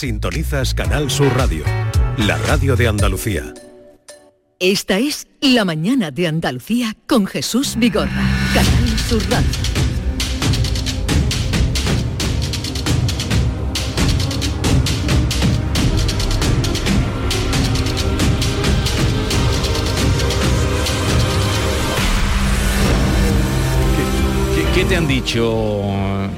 Sintonizas Canal Sur Radio, la radio de Andalucía. Esta es La mañana de Andalucía con Jesús Vigorra. Canal Sur Radio. ¿Qué, qué te han dicho?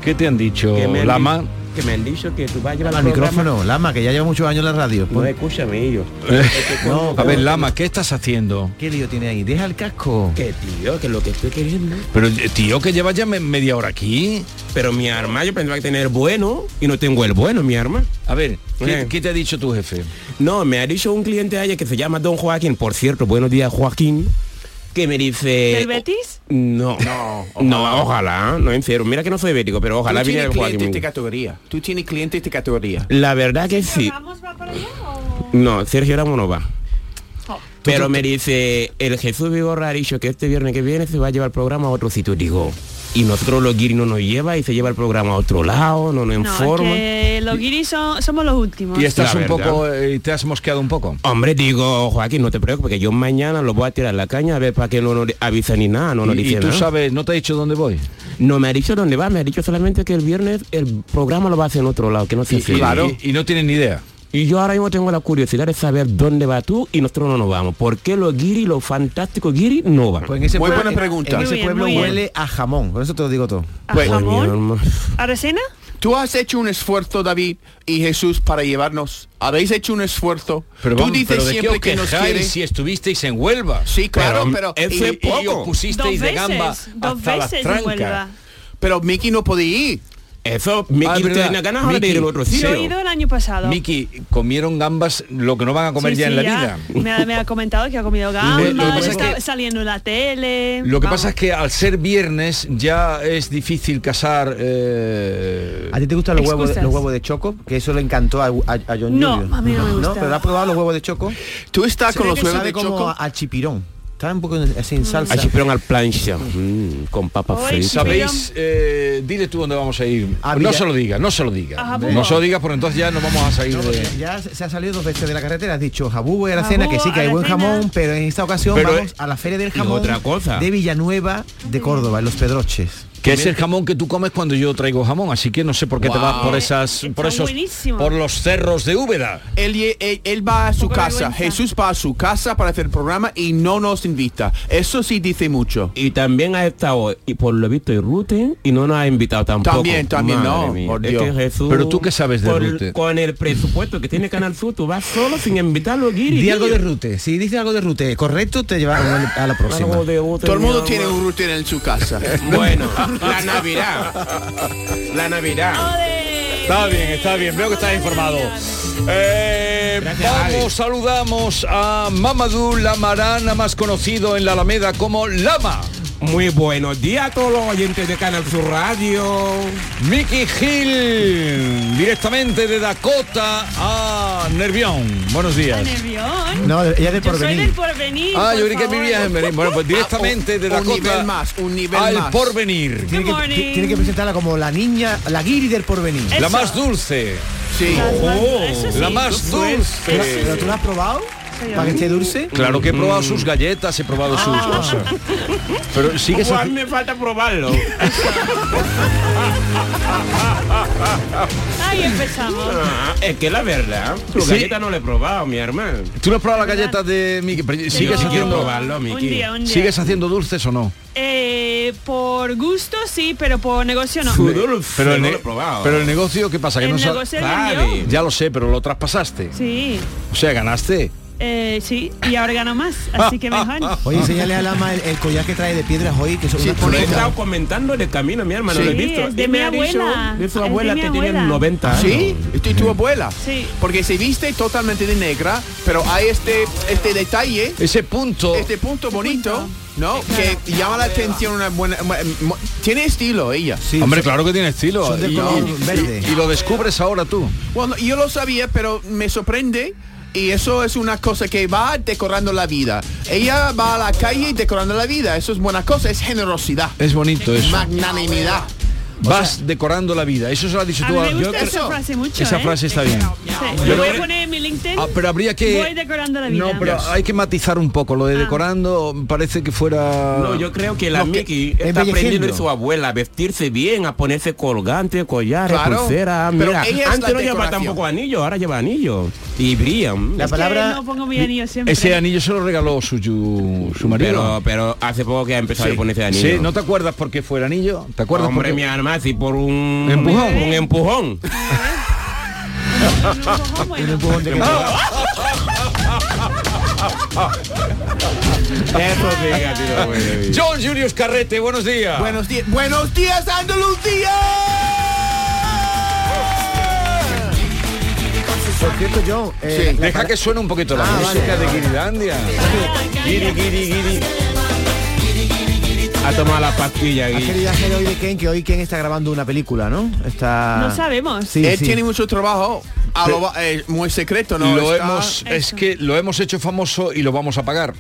¿Qué te han dicho, Que me han Lama? dicho- Que me han dicho que tú vas a llevar Al el programa. micrófono, Lama, que ya lleva muchos años en la radio. No, Pon- escúchame ellos. No, a ver, Lama, ¿qué estás haciendo? ¿Qué lío tiene ahí? Deja el casco. Que tío, que lo que estoy queriendo. Pero eh, tío, que llevas ya me- media hora aquí. Pero mi arma yo pensaba que tener bueno y no tengo el bueno, mi arma. A ver, ¿qué, Bien. qué te ha dicho tu jefe? No, me ha dicho un cliente ayer que se llama Don Joaquín, por cierto, buenos días Joaquín, que me Eh, dice... ¿Del Betis? No, no, no, ojalá, no en serio. Mira que no soy bético, pero ojalá Tú viniera tienes el clientes Joaquín. de categoría. Tú tienes clientes de categoría. La verdad que sí. ¿Ramos va para allá o...? No, Sergio Ramos no va. Oh. Pero me dice, el Jesús Vigorra ha dicho que este viernes que viene se va a llevar el programa a otro sitio. Digo, y nosotros los guiris no nos lleva y se lleva el programa a otro lado, no nos No, es informa. que los guiris son- somos los últimos. Y estás La un verdad. poco, eh, te has mosqueado un poco. Hombre, digo, Joaquín, no te preocupes, que yo mañana lo voy a tirar a la caña a ver para que no nos avisa ni ¿eh? nada, no nos Y- y dice tú nada. sabes, ¿no te ha dicho dónde voy? No me ha dicho dónde va, me ha dicho solamente que el viernes el programa lo va a hacer en otro lado, que no se Y- Y, y no tienes ni idea. Y yo ahora mismo tengo la curiosidad de saber dónde va tú y nosotros no nos vamos. ¿Por qué los guiri, los fantásticos guiri, no van? Pues en ese Muy pueblo- buena en- pregunta. En Muy ese bien, pueblo muy bien. huele a jamón. Con eso te lo digo todo. Ah, ¿A Pues, jamón? Coño, hermano. ¿Aresena? Tú has hecho un esfuerzo, David y Jesús, para llevarnos. Habéis hecho un esfuerzo. Pero, Tú vamos, dices pero ¿de qué siempre os que nos quejáis quieres. si estuvisteis en Huelva. Sí, claro, pero- y- eso es y- y poco. os pusisteis Dos de gamba veces, dos hasta las veces en trancas. Huelva. Pero Mickey no podía ir. Eso, Miki, Ah, es verdad. tiene ganas ahora de ir al otro Miki, sitio. Yo he ido el año pasado. Miki, comieron gambas lo que no van a comer Sí, ya sí, en la vida. Me ha, me ha comentado que ha comido Lo- lo que gambas, pasa es está que- saliendo en la tele. Lo que vamos. pasa es que al ser viernes ya es difícil casar. eh, ¿A ti te gustan los huevos, Excusas. los huevos de choco? Que eso le encantó a, a, a John No, Julio. a mí no me gusta. pero ¿has probado los huevos de choco? Tú estás con los Sabe huevos de como choco. a- al chipirón. Está un poco en- Mm. así en salsa. A Chipirón al plancha, mm, con papas Hoy fritas. Sabéis, eh, dile tú dónde vamos a ir. A no Villa- se lo diga, no se lo diga. A Jabugo. no se lo digas porque entonces ya no vamos a salir No, de. porque ya se se ha salido dos veces de la carretera. Has dicho Jabugo y a la Jabugo, cena, que sí que a hay la buen cena. jamón, pero en esta ocasión Pero, vamos eh, a la feria del jamón otra cosa. de Villanueva de Córdoba, en los Pedroches. Que es el jamón que tú comes cuando yo traigo jamón, así que no sé por qué te Wow. vas por esas, Está por esos, buenísimo. por los cerros de Úbeda. Él, lle- él- él va a su poco casa, vergüenza. Jesús va a su casa para hacer el programa y no nos invita. Eso sí dice mucho. Y también ha estado, y por lo visto, en Ruten y no nos ha invitado tampoco. También, también, Madre no, mía, por es Dios. que Jesús, Pero tú qué sabes de con- Ruten. Con el presupuesto que tiene Canal Sur, tú vas solo sin invitarlo, Guiri. Di algo tío. de Rute. Si dice algo de Rute correcto, te lleva a la próxima. Algo de Ruten, Todo el mundo mi tiene amor. un router en su casa. Bueno, la Navidad. La Navidad. ¡Ole! Está bien, está bien, veo que estás informado. Eh, vamos, saludamos a Mamadou Lamarana, más conocido en la Alameda como Lama. Muy buenos días a todos los oyentes de Canal Sur Radio. Mickey Hill, directamente de Dakota a Nervión. Buenos días. Nervión. No, ella es de Yo soy del porvenir. porvenir. Ah, yo por creí que favor. vivías en Berlín. Bueno, pues directamente de Ah, un- un Dakota nivel más, un nivel al más. porvenir. Tiene que, morning. ti- tiene que presentarla como la niña, la guiri del porvenir. Eh, La Eso. más dulce. Oh, Sí. Eso- eso sí. La más ¿Pero, dulce. pero tú la has probado? ¿Para que esté dulce? Claro que he probado Mm. sus galletas, he probado sus Ah. cosas. Pero sigues Juan, haci- me falta probarlo. Ahí empezamos. Ah, es que la verdad, tu Sí. galleta no la he probado, mi hermano. ¿Tú no has probado las galletas de Mickey? Pero ¿Sigues, si quiero haciendo, probarlo, Un Miki. día, un día. ¿Sigues haciendo dulces o no? Eh, por gusto sí, pero por negocio no. Su dulce, Pero el, no ne- lo he probado. pero el negocio, ¿qué pasa? Que El no sa- negocio del Vale. envión. Ya lo sé, pero lo traspasaste. Sí, O sea, ganaste. eh, sí, y ahora gano más, así que mejor. Oye, enséñale a Lama el, el collar que trae de piedras hoy, que son Sí, unas Lo he bonita. chuletas. estado comentando de camino, mi hermano, Sí. lo he Sí, visto. es de Y mi me ha dicho abuela. De Es su de abuela mi que tiene abuela. 90 años. Sí, esto es tu abuela. Sí. Porque se viste totalmente de negra, pero hay este, este detalle, Ese punto. este punto bonito, ¿no? Que llama la atención una buena. mu- mu- Tiene estilo ella. Sí, Hombre, son- claro que tiene estilo. son de y, color y- verde. y lo descubres ahora tú. Bueno, yo lo sabía, pero me sorprende. Y eso es una cosa que va decorando la vida. Ella va a la calle decorando la vida. Eso es buena cosa, es generosidad, Es bonito eso. magnanimidad. vas decorando la vida. Eso se lo ha dicho A tú mí a- me yo gusta creo- esa frase mucho. Esa ¿eh? frase está bien. Sí. Yo Lo voy a creo- poner en mi LinkedIn. Ah, pero habría que... Voy decorando la vida. Ah. No, pero hay que matizar un poco. Lo de decorando parece que fuera... No, yo creo que la No, que- Miki está embelleciendo. aprendiendo de su abuela a vestirse bien, a ponerse colgantes, collares, Claro, pulseras. pero Mira, ella es antes la no llevaba decoración. tampoco anillo, ahora lleva anillo. Y brillan. La Es que palabra no pongo mi anillo siempre. Ese anillo se lo regaló su, su- su marido. Pero, pero hace poco que ha empezado a ponerse anillo. Sí, ¿no te acuerdas por qué fue el anillo? ¿Te acuerdas? por Hombre, qué? mi arma, así por un Empujón. Un Un empujón. empujón bueno. Eso sí, gatito, güey. John Julius Carrete, buenos días. Buenos días, buenos días Andalucía. Por cierto, John, eh, la- Deja que suene un poquito la Ah, música de Guirilandia. Guiri, guiri, guiri. Ha tomado la pastilla la- has y querido hacer hoy de Ken, que hoy Ken está grabando una película, ¿no? Está... No sabemos. Sí, Él sí. tiene mucho trabajo, a lo va- eh, muy secreto, ¿no? Lo Está- hemos, es que lo hemos hecho famoso y lo vamos a pagar.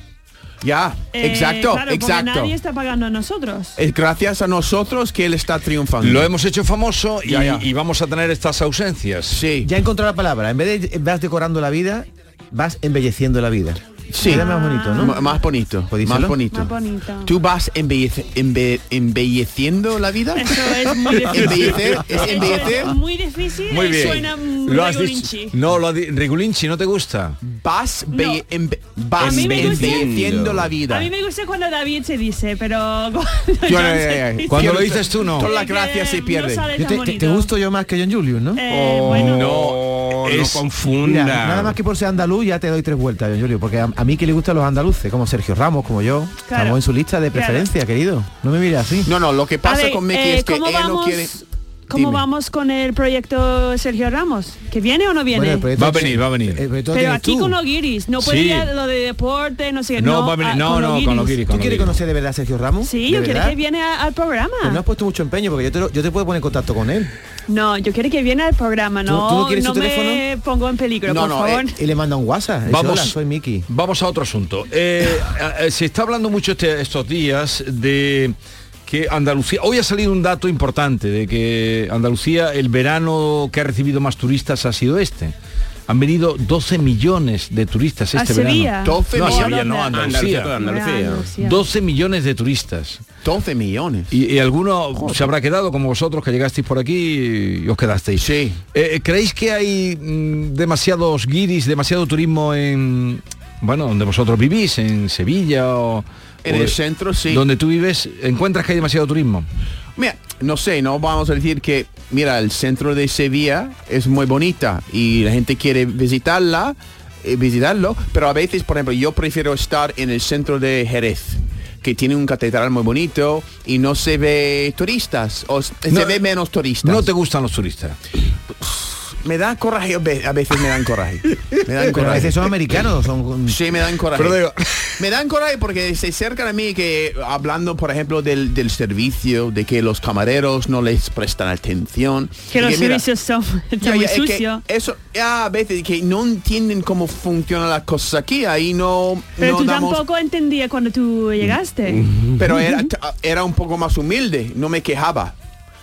Ya, Eh, exacto, claro, porque exacto. Nadie está pagando a nosotros. Es gracias a nosotros que él está triunfando. Lo hemos hecho famoso y, Ya, ya. y vamos a tener estas ausencias. sí, Ya he encontrado la palabra. En vez de vas decorando la vida, vas embelleciendo la vida. sí. Queda más bonito, ¿no? M- más bonito, Pues díselo. más bonito. Más bonito. ¿Tú vas embellece- embe- embelleciendo la vida? Eso es muy difícil. ¿Embellecer? ¿Es Eso embellecer? es muy difícil Muy y bien. suena Lo has regulinchi. dicho. No, lo ha di- Regulinchi, ¿no te gusta? Vas, be- embe- vas A mí me gusta- embelleciendo la vida. A mí me gusta cuando David se dice, pero cuando Yo- John eh, se eh, eh, dice- Cuando lo dices tú, no. Todas Eh, las que gracias se no pierden. sale Yo tan te, te- te bonito. gusto yo más que John Julius, ¿no? Eh, bueno, No, no es- confunda. Oh, Mira, nada más que por ser andaluz ya te doy tres vueltas, John Julio, porque a, a mí que le gustan los andaluces, como Sergio Ramos, como yo, Claro. estamos en su lista de Claro. preferencia, querido. No me mires así. No, no, lo que a pasa ver, con Mickey eh, es que él ¿cómo no vamos, quiere... ¿Cómo Dime. vamos con el proyecto Sergio Ramos? ¿Que viene o no viene? Bueno, el proyecto Va a que- venir, va a venir. el proyecto pero tienes aquí Eh, tú. con Oguiris, no puede Sí. ir a lo de deporte, no ah, sé qué. No, va a venir- a- no, no, con Oguiris. ¿Tú quieres conocer de verdad a Sergio Ramos? Sí, ¿De yo quiero verdad? que viene a- al programa. Pues no has puesto mucho empeño porque yo te, lo- yo te puedo poner en contacto con él No, yo quiero que viene al programa, ¿Tú- no, tú no quieres su me teléfono? pongo en peligro, No, por no, eh, favor. y le manda un WhatsApp. Le dice, Vamos. Hola, soy Miki. Vamos a otro asunto. Eh, eh, se está hablando mucho este- estos días de que Andalucía, hoy ha salido un dato importante de que Andalucía, el verano que ha recibido más turistas ha sido este. Han venido 12 millones de turistas ¿A este Sevilla? verano. 12 No, a millones. Sevilla, no, a Andalucía, toda Andalucía. Andalucía. Andalucía. 12 millones de turistas. 12 millones. Y, y alguno se habrá quedado como vosotros que llegasteis por aquí y os quedasteis. Sí. Eh, ¿Creéis que hay mm, demasiados guiris, demasiado turismo en, bueno, donde vosotros vivís, en Sevilla o... En o- el centro, sí. Donde tú vives, ¿encuentras que hay demasiado turismo? Mira, no sé, no vamos a decir que, mira, el centro de Sevilla es muy bonita y la gente quiere visitarla, eh, visitarlo, pero a veces, por ejemplo, yo prefiero estar en el centro de Jerez que tiene un catedral muy bonito y no se ve turistas o s- No, se ve menos turistas. No te gustan los turistas. Me da coraje, a ve- a veces me dan coraje. Me dan Pero a coraje. veces son americanos, son... Sí, me dan coraje. Pero digo- me dan coraje porque se acercan a mí que hablando, por ejemplo, del, del servicio, de que los camareros no les prestan atención. Que Y los mira, servicios son ya, están ya, muy es que sucios. Eso, ya, a veces que no entienden cómo funcionan las cosas aquí, ahí no... Pero no tú damos- Mm. tampoco entendías cuando tú llegaste. Pero era, era un poco más humilde, no me quejaba.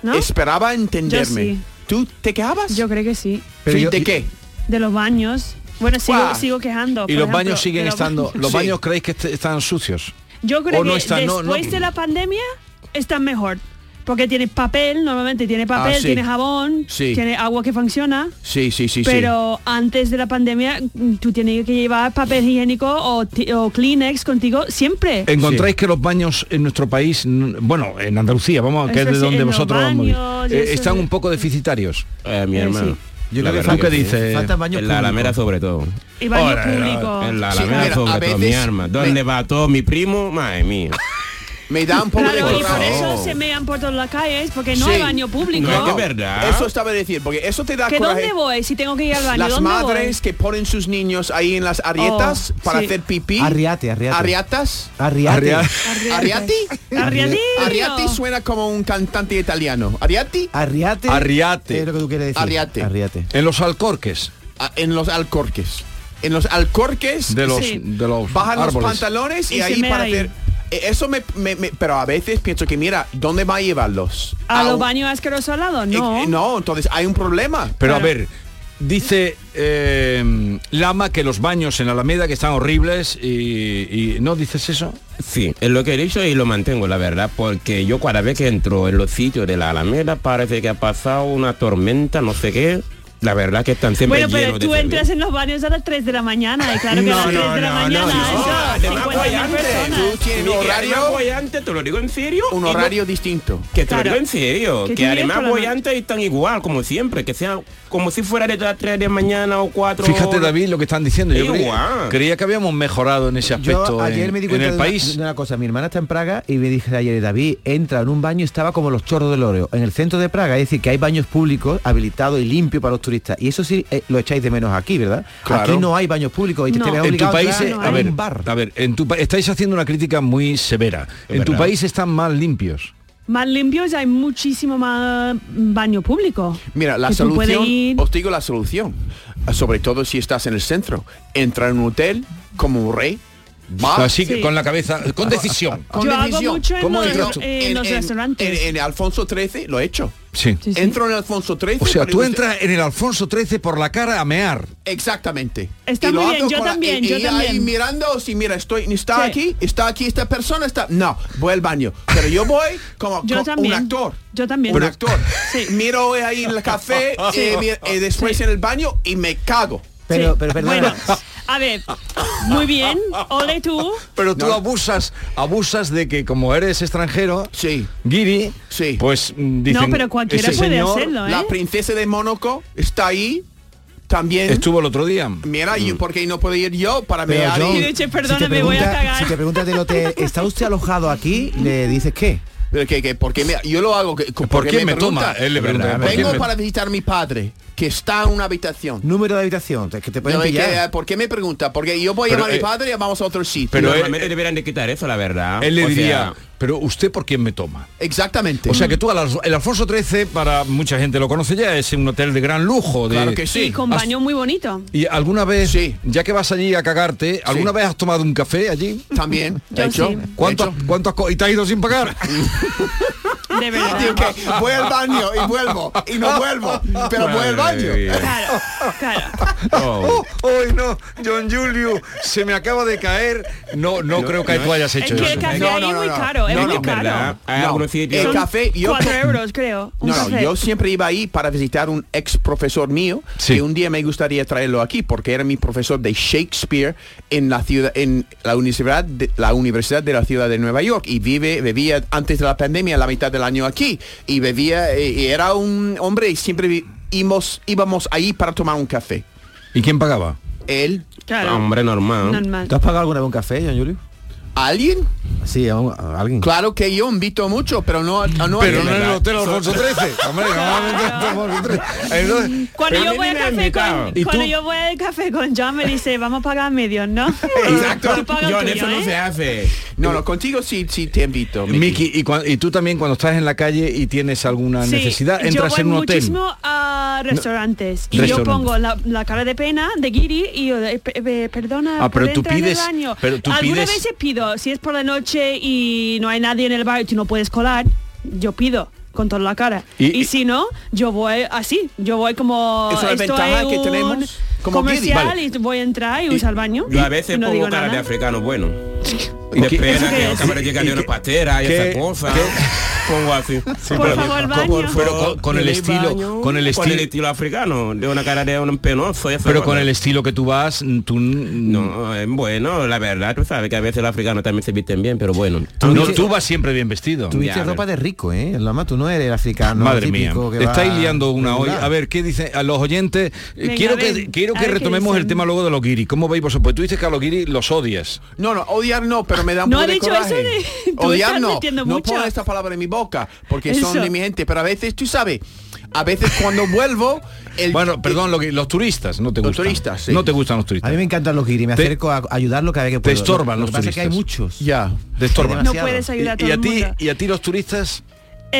¿No? Esperaba entenderme. Yo sí. ¿Tú te quejabas? Yo creo que sí. Pero ¿Sí, yo- ¿De qué? De los baños. Bueno, sigo, Guau. sigo quejando. Y por los ejemplo, baños siguen de los estando... baños. ¿Los Sí. baños creéis que est- están sucios? Yo o creo no que están, no, después no. de la pandemia están mejor. Porque tiene papel, normalmente tiene papel, Ah, sí. tiene jabón, Sí. tiene agua que funciona. Sí, sí, sí, Pero antes de la pandemia mm, tú tienes que llevar papel higiénico o, ti- o Kleenex contigo siempre. ¿Encontráis que los baños en nuestro país, n- bueno, en Andalucía, vamos, que Eso es de sí, donde en los vosotros vamos, baños, eh, eso están sí. un poco deficitarios? Eh, mi Eh, hermano. sí. Yo La creo que verdad ¿Tú qué sí. dices? faltan baños En la Alameda públicos. sobre todo. Y baño Ahora, público. En la Sí, Alameda mira, sobre a todo, mi veces- arma. ¿Dónde me- va todo mi primo? Madre mía. Me da un poco de Claro, y por coraje. eso se mean por todas las calles, porque no Sí. hay baño público. No, es que es verdad. Eso estaba a decir, porque eso te da ¿Que coraje. dónde voy si tengo que ir al baño? Las ¿Dónde madres que ponen sus niños ahí en las arietas Oh, para sí. hacer pipí. Arriate, arriate. Ariatas. Arriate. Arria- voy? Ariati. Arriati. Ariati suena como un cantante italiano. Ariati. Arriate. Arriate. Es lo que tú quieres decir. Arriate. Arriate. En los alcorques a- En los alcorques. En los alcorques de los, Sí. de los bajan los árboles. pantalones Y y, se ahí mea para ahí. hacer e- eso me, me- me- Pero a veces pienso que, mira, ¿dónde va a llevarlos? ¿A los un- baños asquerosos al lado? Eh, No. eh, no, entonces hay un problema. Pero a Claro. ver, dice eh, Lama que los baños en Alameda que están horribles y, y- ¿no dices eso? Sí, es lo que he dicho y lo mantengo, la verdad, porque yo cada vez que entro en los sitios de la Alameda parece que ha pasado una tormenta, no sé qué. La verdad que están siempre Bueno, pero llenos de tú cerveza. entras en los baños a las 3 de la mañana y claro que a las 3 de la mañana te eso, vas 50.000 guayante, personas. Tú tienes Miguel, un horario- además voy antes, te lo digo en serio. y Un no- horario distinto. que te Claro. lo digo en serio, Que que, tú llegues por además la voy noche. antes y están igual, como siempre, que sea como si fuera de las 3 de mañana o 4 Fíjate David lo que están diciendo. Yo Ey, creía, guau. creía que habíamos mejorado en ese aspecto Yo ayer en, me di en cuenta el de, Una, país. de una cosa, mi hermana está en Praga y me dije ayer, David, entra en un baño y estaba como los chorros del Oreo, en el centro de Praga, es decir, que hay baños públicos habilitados y limpios para los turistas. Y eso sí eh, lo echáis de menos aquí, ¿verdad? Claro. Aquí no hay baños públicos y No. te, te ves En En tu obligado a país, entrar eh, no a en ver, un bar. a ver, en tu pa- estáis haciendo una crítica muy severa. en tu verdad. país están más limpios. Más limpios y hay muchísimo más baño público. Mira, la Que tú puedes solución, ir- os digo la solución, sobre todo si estás en el centro, entra en un hotel como un rey, va Así que Sí. con la cabeza, con decisión. con Yo hago decisión. mucho en ¿Cómo los- he hecho? en los restaurantes. En, en Alfonso 13 lo he hecho. Sí. Sí, sí. Entro en Alfonso 13. O sea, pero tú usted- entras en el Alfonso XIII por la cara a mear. Exactamente. Está Y lo muy bien, hago yo con la- también, y- yo y Ahí también. mirando, si mira, estoy, está Sí. aquí, está aquí esta persona, está... No, voy al baño. Pero yo voy como, Yo co- también. un actor. Yo también. Un Pero- actor. Sí. Miro ahí en el café, Sí. eh, mi- eh, después en el baño y me cago. Pero, Sí. pero perdona. Bueno, a ver, muy bien, ole tú. Pero tú No. abusas, abusas de que como eres extranjero, Sí. Giri, Sí. pues mm, dicen, No, pero cualquiera ese puede señor hacerlo, ¿eh? La princesa de Mónaco está ahí también. Estuvo el otro día. Mm. Mira, ¿y por qué no puedo ir yo para Pero mear John, Y y- de hecho, perdona, me voy a cagar. si te preguntas del hotel, ¿está usted alojado aquí? Le dices qué. Pero Eh, que, que, porque mira, yo lo hago. Que, ¿Por porque quién me toma? pregunta, Él le pregunta, ¿por quién Vengo me- para visitar a mi padre, que está en una habitación. Número de habitación, es que te pueden No, es pillar. que, eh, ¿Por qué me pregunta? Porque yo voy a Pero, llamar a mi eh, padre y vamos a otro sitio. pero No, él- Normalmente deberían de quitar eso, la Ah, verdad. Él le O sea, diría, pero usted por quién me toma. exactamente. O sea que tú, al Alf- el Alfonso XIII, para mucha gente lo conoce ya, es un hotel de gran lujo. De, claro que sí. Y con Has- baño muy bonito. Y alguna vez, Sí. ya que vas allí a cagarte, ¿alguna Sí. vez has tomado un café allí? También. Yo de hecho, sí. de ¿Cuánto, hecho. has- cuánto has co- y te has ido sin pagar? De verdad. Digo que voy al baño y vuelvo. Y no vuelvo. Pero voy al baño. Madre mía. Claro, claro. Oh. Hoy no, John Julio, se me acaba de caer. No, no, creo que tú hayas hecho es que eso. el café No, ahí no, es no, muy no. caro, es No, muy no, caro. ¿verdad? Hay No, algunos sitios- el café, yo 4 euros, creo. Un No, no, café. yo siempre iba ahí para visitar un ex profesor mío Sí. que un día me gustaría traerlo aquí porque era mi profesor de Shakespeare en la ciudad en la universidad de, la universidad de la ciudad de Nueva York y vive bebía antes de la pandemia la mitad del año aquí y bebía eh, y era un hombre y siempre vi- íbamos íbamos ahí para tomar un café ¿Y quién pagaba? Ah, él Claro. Hombre normal. Normal. ¿Tú has pagado alguna vez un café, John Julio? alguien Sí, a, un- a alguien. claro que yo invito mucho pero no, a- a- no a Pero él, no en el ¿verdad? hotel Alfonso XIII. Hombre, normalmente el Alfonso XIII. Entonces, Cuando Pero yo, voy a al mí me han café invitado. con, ¿Y cuando tú? yo voy al café con John me dice, vamos a pagar medio, ¿no? Exacto. John, eso ¿eh? no se hace. no no contigo sí sí te invito Miki. Miki, y, cua- y tú también cuando estás en la calle y tienes alguna necesidad, yo entras voy en un hotel. muchísimo a restaurantes y yo Restaurantes. pongo la, la cara de pena de Giri y yo, eh, pe- eh, perdona, Ah, pero ¿puedo tú entrar en el pides- baño? pero tú Algunas pides- veces pido, si es por la noche y no hay nadie en el bar y tú no puedes colar, yo pido con toda la cara. Y- Y, si no, yo voy así, yo voy como Es una esto ventaja es que un tenemos como Giri. comercial Vale. y voy a entrar y uso el baño. Yo a veces y no pongo digo cara de nada. africano bueno. Y de ¿Eso pena qué que es? los cámaras llegan de una pastera y qué- esa cosa. Pongo así. por favor, baño. Pero con- con el Dele estilo- baño. con el Con estilo- el estilo africano. De una cara de un penoso. esa Pero cosa. con el estilo que tú vas, mm, tú n- No, eh, bueno, la verdad, tú sabes que a veces los africanos también se visten bien, pero bueno. tú, no, tú vas siempre bien vestido. Tuviste Ya, a ver. ropa de rico, ¿eh? Lama, tú no eres africano. Madre mía, típico que va estáis liando una hoy. regular. A ver, ¿qué dicen a los oyentes? Eh, Venga, quiero a ver, que, a quiero que ver qué retomemos el dicen. tema luego de los guiris. ¿Cómo veis vosotros? Pues tú dices que a los guiris los odias. No, no, odiar no, pero me da un No poco ha de dicho coraje. eso de- tú odiar estás no, metiendo no mucho. pongo esta palabra en mi boca, porque son Eso. de mi gente, pero a veces, tú sabes, a veces cuando vuelvo, el... Bueno, perdón, lo que- los turistas no te Los gustan. turistas, sí. No te gustan los turistas. A mí me encantan los guiris, me Te- acerco a ayudarlo cada vez que puedo. estorban Lo los que pasa es que hay turistas. muchos. Ya. Te estorban. No demasiado. puedes ayudar a y, todo y a el ti mundo. y a ti los turistas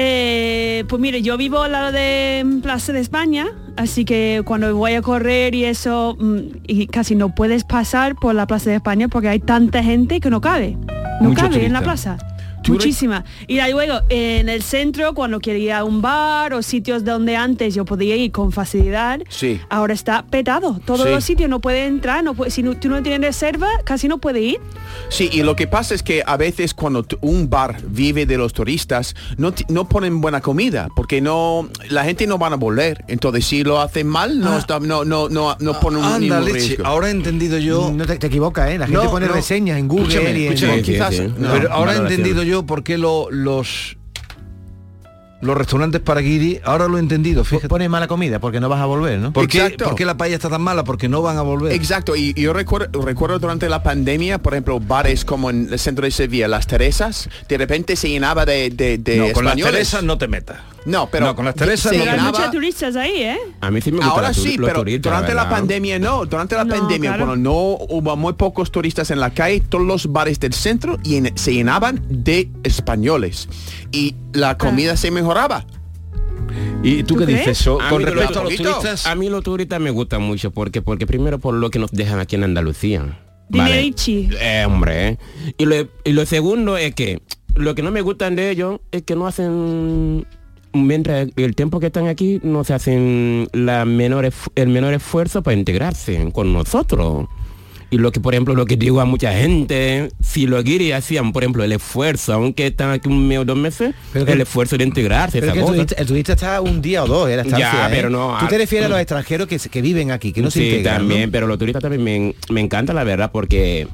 Eh, pues mire, yo vivo al lado de mm, Plaza de España, así que cuando voy a correr y eso, mm, y casi no puedes pasar por la Plaza de España porque hay tanta gente que no cabe. No Mucho cabe en la turista. plaza. ¿Tú crees? Muchísima. Y ahí luego, en el centro, cuando quería a un bar o sitios donde antes yo podía ir con facilidad, Sí. ahora está petado. Todos Sí. los sitios no puede entrar, no puede- si no- tú no tienes reserva, casi no puede ir. Sí, y lo que pasa es que a veces cuando t- un bar vive de los turistas, no, ti- no ponen buena comida, porque no la gente no van a volver. Entonces, si lo hacen mal, Ah. no, está- no, no, no, no ponen un Anda, ningún leche, riesgo. Ah, ahora he entendido yo... No te, te equivocas, ¿eh? La gente No, pone no. reseñas en Google Escúchame, y en... escúchame, Sí, sí, quizás- sí. no. pero ahora he valoración. entendido yo por qué lo- los... Los restaurantes para guiri, ahora lo he entendido, P- fíjate. Pone mala comida porque no vas a volver, ¿no? ¿Por qué, Exacto. por qué la paella está tan mala? Porque no van a volver. Exacto, y y yo recuerdo, recuerdo durante la pandemia, por ejemplo, bares como en el centro de Sevilla, las Teresas, de repente se llenaba de, de, Eh, de no, con las españoles. Teresas no te metas. No, pero No, con las Teresas se no Pero te hay Llenaba- muchos turistas ahí, ¿eh? A mí sí me gusta Ahora la tu- sí, los pero turistas, durante la ¿verdad? pandemia no. Durante la No, pandemia, claro. cuando no hubo muy pocos turistas en la calle, todos los bares del centro llen- se llenaban de españoles y la comida se mejoraba. ¿Y tú, Ah. ¿Tú qué crees? dices? So- A con mí lo- respecto a los poquito. turistas... A mí los turistas me gustan mucho porque porque primero por lo que nos dejan aquí en Andalucía. Dinerichi. Eh, hombre. eh. Y, lo, y lo segundo es que lo que no me gustan de ellos es que no hacen mientras el tiempo que están aquí no se hacen la menor esf- el menor esfuerzo para integrarse con nosotros. Y lo que, por ejemplo, lo que digo a mucha gente, si los guiris hacían, por ejemplo, el esfuerzo, aunque están aquí un mes o dos meses, Pero que- el esfuerzo de integrarse, Pero es esa que el cosa. turista, el turista está un día o dos, eh, la Ya, estancia, ¿eh? pero no, ah, mm. Tú a- te refieres a los extranjeros que, se- que viven aquí, que no se sí, integran. ¿no? también, pero los turistas también me, en- me encanta la verdad porque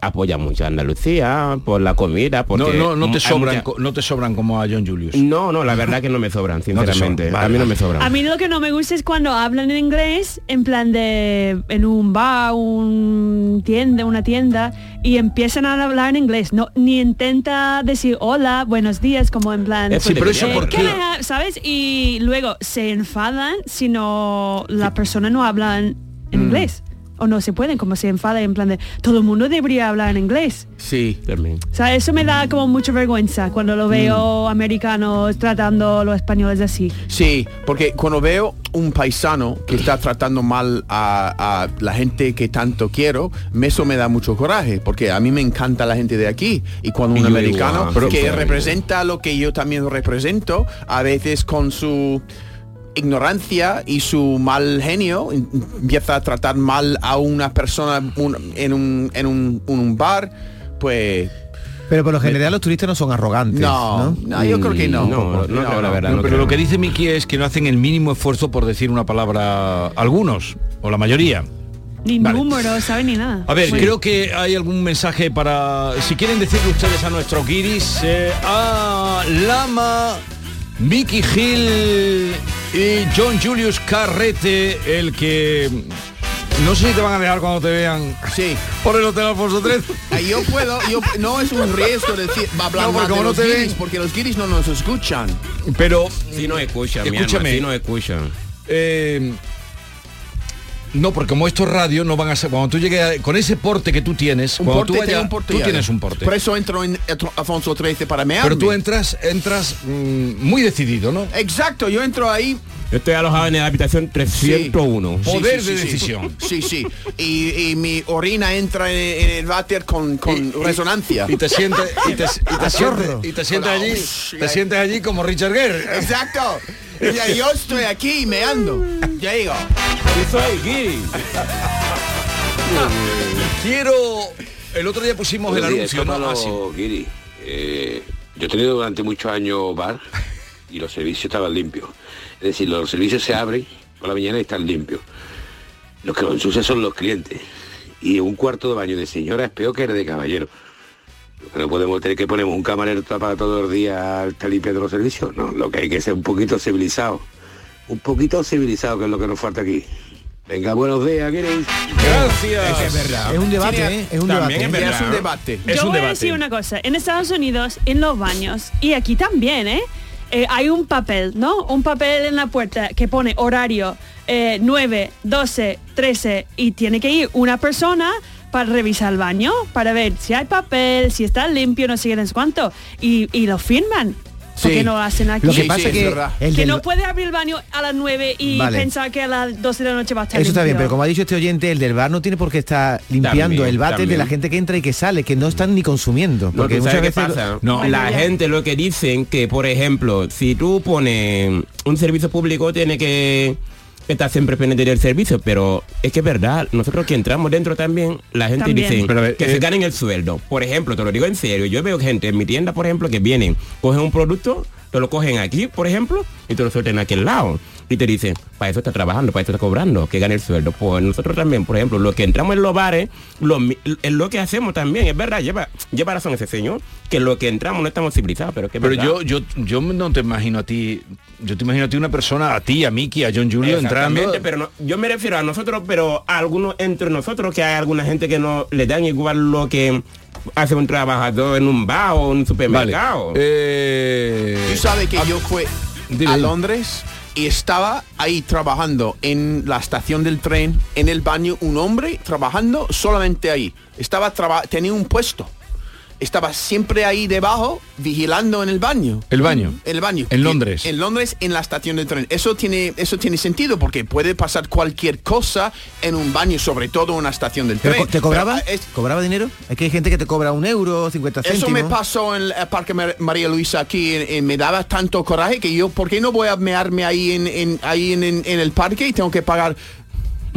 apoya mucho a Andalucía por la comida, porque No, no, no te hay sobran, mucha- co- no te sobran como a John Julius. No, no, la verdad que no me sobran, te sobran, sinceramente. vale, a mí no vale. me sobran. A mí lo que no me gusta es cuando hablan en inglés, en plan de en un bar, un tienda, una tienda, y empiezan a hablar en inglés. No, ni intenta decir hola, buenos días, como en plan. Eh, sí, pero eso eh, ¿por ¿qué qué? me ha- ¿Sabes? Y luego se enfadan si no la persona no habla en Mm. en inglés. O no se pueden, como se enfada en plan de todo el mundo debería hablar en inglés. Sí. También. O sea, eso me da como mucha vergüenza cuando Mm. lo veo americanos tratando a los españoles así. Sí, porque cuando veo un paisano que está tratando mal a, a la gente que tanto quiero, me- eso me da mucho coraje, porque a mí me encanta la gente de aquí. Y cuando Y un yo americano igual, pero- que pero- representa lo que yo también represento, a veces con su ignorancia y su mal genio em- empieza a tratar mal a una persona un- en, un, en un- un bar, pues... Pero por lo general los turistas no son arrogantes. No, No, no, Ah, yo creo que no. Mm, no, no creo, la verdad. No, no pero creo. lo que dice Miki es que no hacen el mínimo esfuerzo por decir una palabra algunos, o la mayoría. Ni Vale. número, ¿sabes? Ni nada. A ver, Bueno. creo que hay algún mensaje para... Si quieren decirle ustedes a nuestro Kiris, eh, a Lama, Mickey Hill y John Julius Carrete, el que... No sé si te van a dejar cuando te vean Sí. por el Hotel Alfonso XIII. Eh, Yo puedo, yo, no es un riesgo decir, hablar mal No, porque de como no los te guiris, ven. porque los guiris no nos escuchan. Pero Si no escucha, mi alma, Escúchame. si no escucha. Eh, no, porque como esto es radio, no van a ser. Cuando tú llegues a- con ese porte que tú tienes, Un cuando porte, tú, tengo vayas- un porte tú ya. tienes un porte. Por eso entro en Atro- Afonso XIII para mearme. Pero tú entras, entras mm, muy decidido, ¿no? Exacto, yo entro ahí. Yo estoy Este alojado en la habitación sí. 301. Sí, Poder sí, de sí, sí. decisión. Sí, sí. Y, y mi orina entra en, en el váter con, con resonancia. Y te sientes, y te, y te sientes, chorro. y te sientas allí, Ush, te ya. sientes allí como Richard Gere. Exacto. Ya, yo estoy aquí meando. Ya digo. soy guiri. Quiero. El otro día pusimos el Buenos días, anuncio, ¿no? Pablo Ah, sí. Guiri. Eh, yo he tenido durante muchos años bar y los servicios estaban limpios. Es decir, los servicios se abren por la mañana y están limpios. Los que lo ensucian son los clientes. Y un cuarto de baño de señora es peor que el de caballero. Lo que no podemos tener que ponemos un camarero para todos los días está limpiando los servicios. No, lo que hay que ser un poquito civilizado. Un poquito civilizado, que es lo que nos falta aquí. Venga, buenos días, Guiri. Gracias. Es un debate, Tiene- ¿eh? Es un debate. también es ¿eh? verdad. Es un debate. Es Yo un voy a debate. decir una cosa. En Estados Unidos, en los baños, y aquí también, ¿eh? Eh, hay un papel, ¿no? Un papel en la puerta que pone horario eh, 9, 12, 13 y tiene que ir una persona para revisar el baño, para ver si hay papel, si está limpio, no sé qué, no sé cuánto. Y, y lo firman. porque no lo hacen aquí. Lo que Sí, pasa sí, es es que verdad. el que del- no puede abrir el baño a las 9 y Vale. pensar que a las 12 de la noche va a estar Eso está bien, limpio. pero como ha dicho este oyente, el del bar no tiene por qué estar limpiando También, el váter de también. la gente que entra y que sale, que no están ni consumiendo. No, Porque tú muchas sabes qué veces... lo- pasa. No. La gente lo que dicen que, por ejemplo, si tú pones un servicio público, tiene que estar siempre pendiente del servicio, pero es que es verdad, nosotros que entramos dentro también, la gente También. dice Pero a ver, que eh, se ganen el sueldo. Por ejemplo, te lo digo en serio, yo veo gente en mi tienda, por ejemplo, que vienen, cogen un producto, te lo cogen aquí, por ejemplo, y te lo sueltan en aquel lado. Y te dicen, para eso está trabajando, para eso está cobrando, que gane el sueldo. Pues nosotros también, por ejemplo, los que entramos en los bares, lo, mi- es lo que hacemos también, es verdad, lleva, lleva razón ese señor, que lo que entramos no estamos civilizados, pero que es Pero verdad. yo, yo, yo no te imagino a ti, yo te imagino a ti una persona, a ti, a Miki, a John Julio Exactamente, entrando. pero no- yo me refiero a nosotros, pero a algunos entre nosotros, que hay alguna gente que no le dan igual lo que hace un trabajador en un bar o en un Vale. supermercado. Eh, Tú sabes que yo fui Dime, a dime. Londres y estaba ahí trabajando en la estación del tren, en el baño, un hombre trabajando solamente ahí. Estaba traba- tenía un puesto. Estaba siempre ahí debajo, vigilando en el baño. el baño. El baño. En Londres. En Londres, en la estación de tren. Eso tiene, eso tiene sentido porque puede pasar cualquier cosa en un baño, sobre todo en una estación del ¿Pero tren. co- ¿Te cobraba? Pero, eh, es- ¿Cobraba dinero? Es que hay gente que te cobra un euro, 50 eso céntimos. me pasó en el eh, Parque Mar- María Luisa aquí en- en- me daba tanto coraje que yo, ¿por qué no voy a mearme ahí en, en- ahí en, en- en el parque y tengo que pagar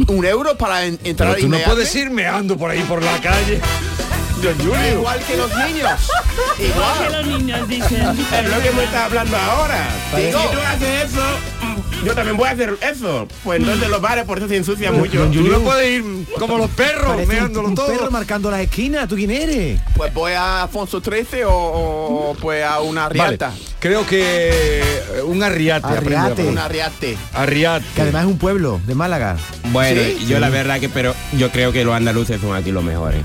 un euro para en- entrar Pero y tú no mearme? puedes ir meando por ahí por la calle. Igual que los niños. Igual que Igual. los niños dicen. es lo que me está hablando ahora. Digo. Si tú haces eso, mm, yo también voy a hacer eso. Pues entonces los bares por eso se ensucian mucho. Tú no puedes ir como los perros, Parece un, meándolo un perro todo. marcando las esquinas. ¿Tú quién eres? Pues voy a Afonso 13 o, o- o pues a una Vale, riata. creo que eh, un arriate. aprende la Arriate. palabra. Una riate. Arriate. Que además es un pueblo de Málaga. Bueno, ¿Sí? yo la verdad que, pero yo creo que los andaluces son aquí los mejores.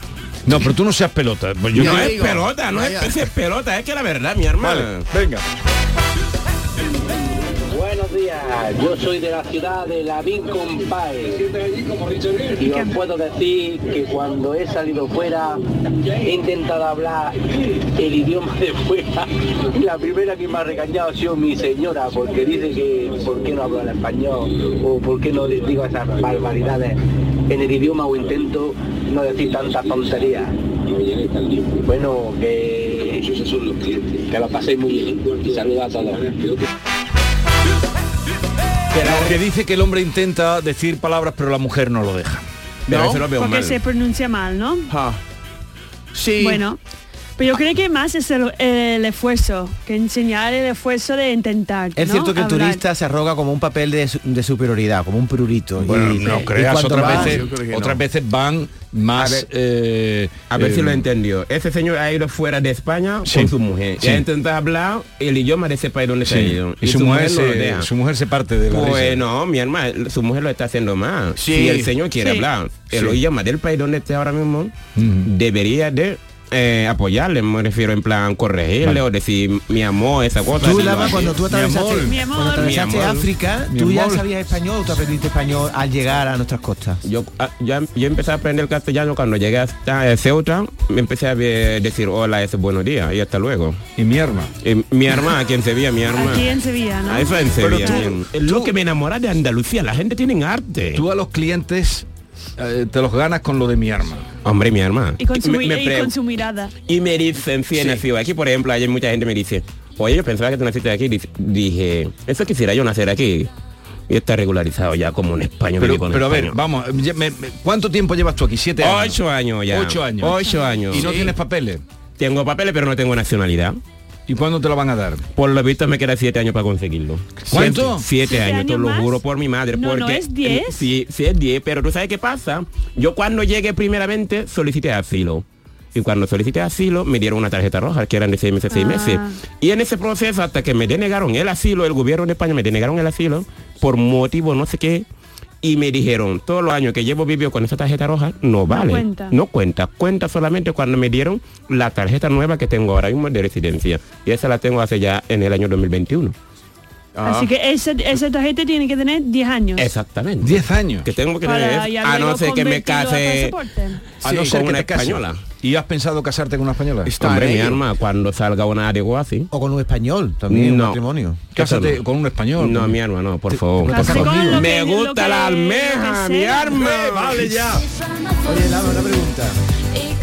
No, pero tú no seas pelota. Pues yo Ya no creo- es digo. pelota, no Vaya. es, es pelota, es que la verdad, mi hermano. Vale, venga. Buenos días, yo soy de la ciudad de Lavín Compay. Y os puedo decir que cuando he salido fuera, he intentado hablar el idioma de fuera. Y la primera que me ha regañado ha sido mi señora, porque dice que por qué no hablo en español o por qué no digo esas barbaridades en el idioma o intento no decir tantas tonterías. Y mañana está limpio. Bueno, que, Esos son los clientes. que lo paséis muy bien y saludos a todos. Que dice que el hombre intenta decir palabras, pero la mujer no lo Ah, deja. Pero ¿No? eso lo veo Porque mal. se pronuncia mal, ¿no? Ja. Sí. Bueno, pero yo creo que más es el, el esfuerzo, que enseñar el esfuerzo de intentar. Es ¿no? cierto que el Hablar. turista se arroga como un papel de, su- de superioridad, como un prurito. Bueno, Y- no y creas, cuando otras va- veces, yo creo que otras no. veces van más... A ver, eh, A ver eh, si lo entendió. Ese señor ha ido fuera de España Sí. con su mujer. Sí. Y ha intentado hablar el idioma de ese país donde se ha sí. ido. Y, su, mujer, no lo se, deja. su mujer se parte de la risa. Bueno, mi hermano, su mujer lo está haciendo más. Sí. Si el señor quiere Sí. hablar el Sí. idioma del país donde esté ahora mismo, Ujú. debería de eh, apoyarle, me refiero en plan corregirle Vale. o decir mi amor, esa Tú, cosa. así lo Lava, hace. cuando tú Mi atravesaste, amor. Mi amor. cuando atravesaste Mi amor. África, Mi tú ya amor. sabías español, o tú aprendiste español al llegar a nuestras costas. yo, ah, yo, yo empecé a aprender el castellano cuando llegué hasta eh, Ceuta, me empecé a ver- decir hola, ese buenos días y hasta luego. Y mi hermana. Eh, mi hermana, aquí en Sevilla, mi hermana. Aquí en Sevilla, ¿no? Ah, eso en Pero Sevilla. tú- bien. lo que me enamora de Andalucía, la gente tiene arte. Tú a los clientes eh, te los ganas con lo de mi arma. Hombre, mi hermana. Y con su, me, mi- me y pre- con su mirada. y me dicen si he nacido aquí, por ejemplo, ayer mucha gente me dice, oye, yo pensaba que tú naciste aquí. Dice- Dije, eso quisiera yo nacer aquí. Y está regularizado ya como un español. Pero, viví con un pero a ver, español. vamos, ya me- me- ¿cuánto tiempo llevas tú aquí? ¿Siete años? Ocho años ya. Ocho años. Ocho años. ¿Y no tienes papeles? Tengo papeles, pero no tengo nacionalidad. ¿Y cuándo te lo van a dar? Por lo visto me queda siete años para conseguirlo. ¿Cuánto? Siete, ¿Siete años, te años lo más? juro por mi madre. No, porque, eh, no, ¿es diez? Sí, sí es 10, pero tú sabes qué pasa. Yo cuando llegué primeramente solicité asilo. Y cuando solicité asilo me dieron una tarjeta roja, que eran de seis meses, seis Ah. meses. Y en ese proceso, hasta que me denegaron el asilo, el gobierno de España me denegaron el asilo por motivo no sé qué. Y me dijeron, todos los años que llevo vivido con esa tarjeta roja, no vale. cuenta. No cuenta. Cuenta solamente cuando me dieron la tarjeta nueva que tengo ahora mismo de residencia. Y esa la tengo hace ya en el año 2021. Ah. Así que esa, esa tarjeta tiene que tener 10 años. Exactamente. Diez años. Que tengo que Para tener ya a Ah, no luego ser que me convertirlo a case pasaporte. a no Sí, ser que una te cases. española. ¿Y has pensado casarte con una española? Está Hombre, en mi ello. arma, cuando salga una adecuada, así. O con un español, también No. un matrimonio. Cásate con un español. No, con- mi arma, no, por Te- favor. te- Cásate Por favor. con lo que- Me lo gusta que- la lo almeja, que mi sea. arma. Eh, vale ya. Oye, Laura, una pregunta.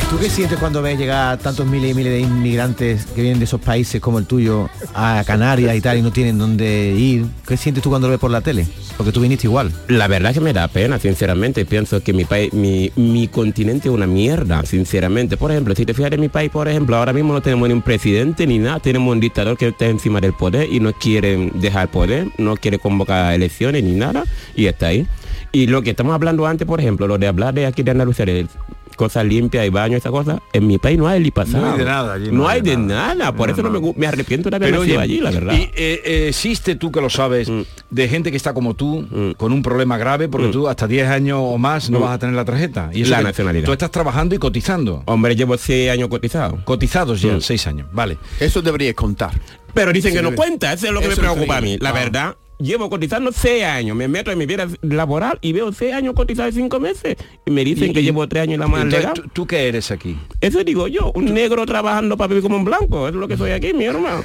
¿Tú qué sientes cuando ves llegar tantos miles y miles de inmigrantes que vienen de esos países como el tuyo a Canarias y tal y no tienen dónde ir? ¿Qué sientes tú cuando lo ves por la tele? Porque tú viniste igual. La verdad que me da pena, sinceramente. Pienso que mi país, mi, mi continente es una mierda, sinceramente. Por ejemplo, si te fijas de mi país, por ejemplo, ahora mismo no tenemos ni un presidente ni nada. Tenemos un dictador que está encima del poder y no quiere dejar el poder, no quiere convocar elecciones ni nada y está ahí. Y lo que estamos hablando antes, por ejemplo, lo de hablar de aquí de Andalucía, de cosas limpias y baños, esa cosa, en mi país no hay ni pasado. No hay de nada allí, no, hay de nada. Por eso no, me, gu- me arrepiento de haber Pero nacido oye, allí, la verdad. Mm. y, eh, eh, existe tú que lo sabes, de gente que está como tú, con un problema grave, porque tú hasta 10 años o más no Mm. vas a tener la tarjeta. Y eso La que nacionalidad. Tú estás trabajando y cotizando. Hombre, llevo seis años cotizado. Cotizados ya, Mm. 6 años. Vale. Eso debería contar. Pero dicen que Sí, no sí. cuenta, eso es lo que Eso me es preocupa a mí. terrible. La Ah. verdad, llevo cotizando seis años, me meto en mi vida laboral y veo seis años cotizados y cinco meses. Y me dicen Y- que y- llevo tres años en la más Entonces, legal. ¿tú, tú qué eres aquí? Eso digo yo, un negro trabajando para vivir como un blanco, es lo que soy aquí, mi hermano.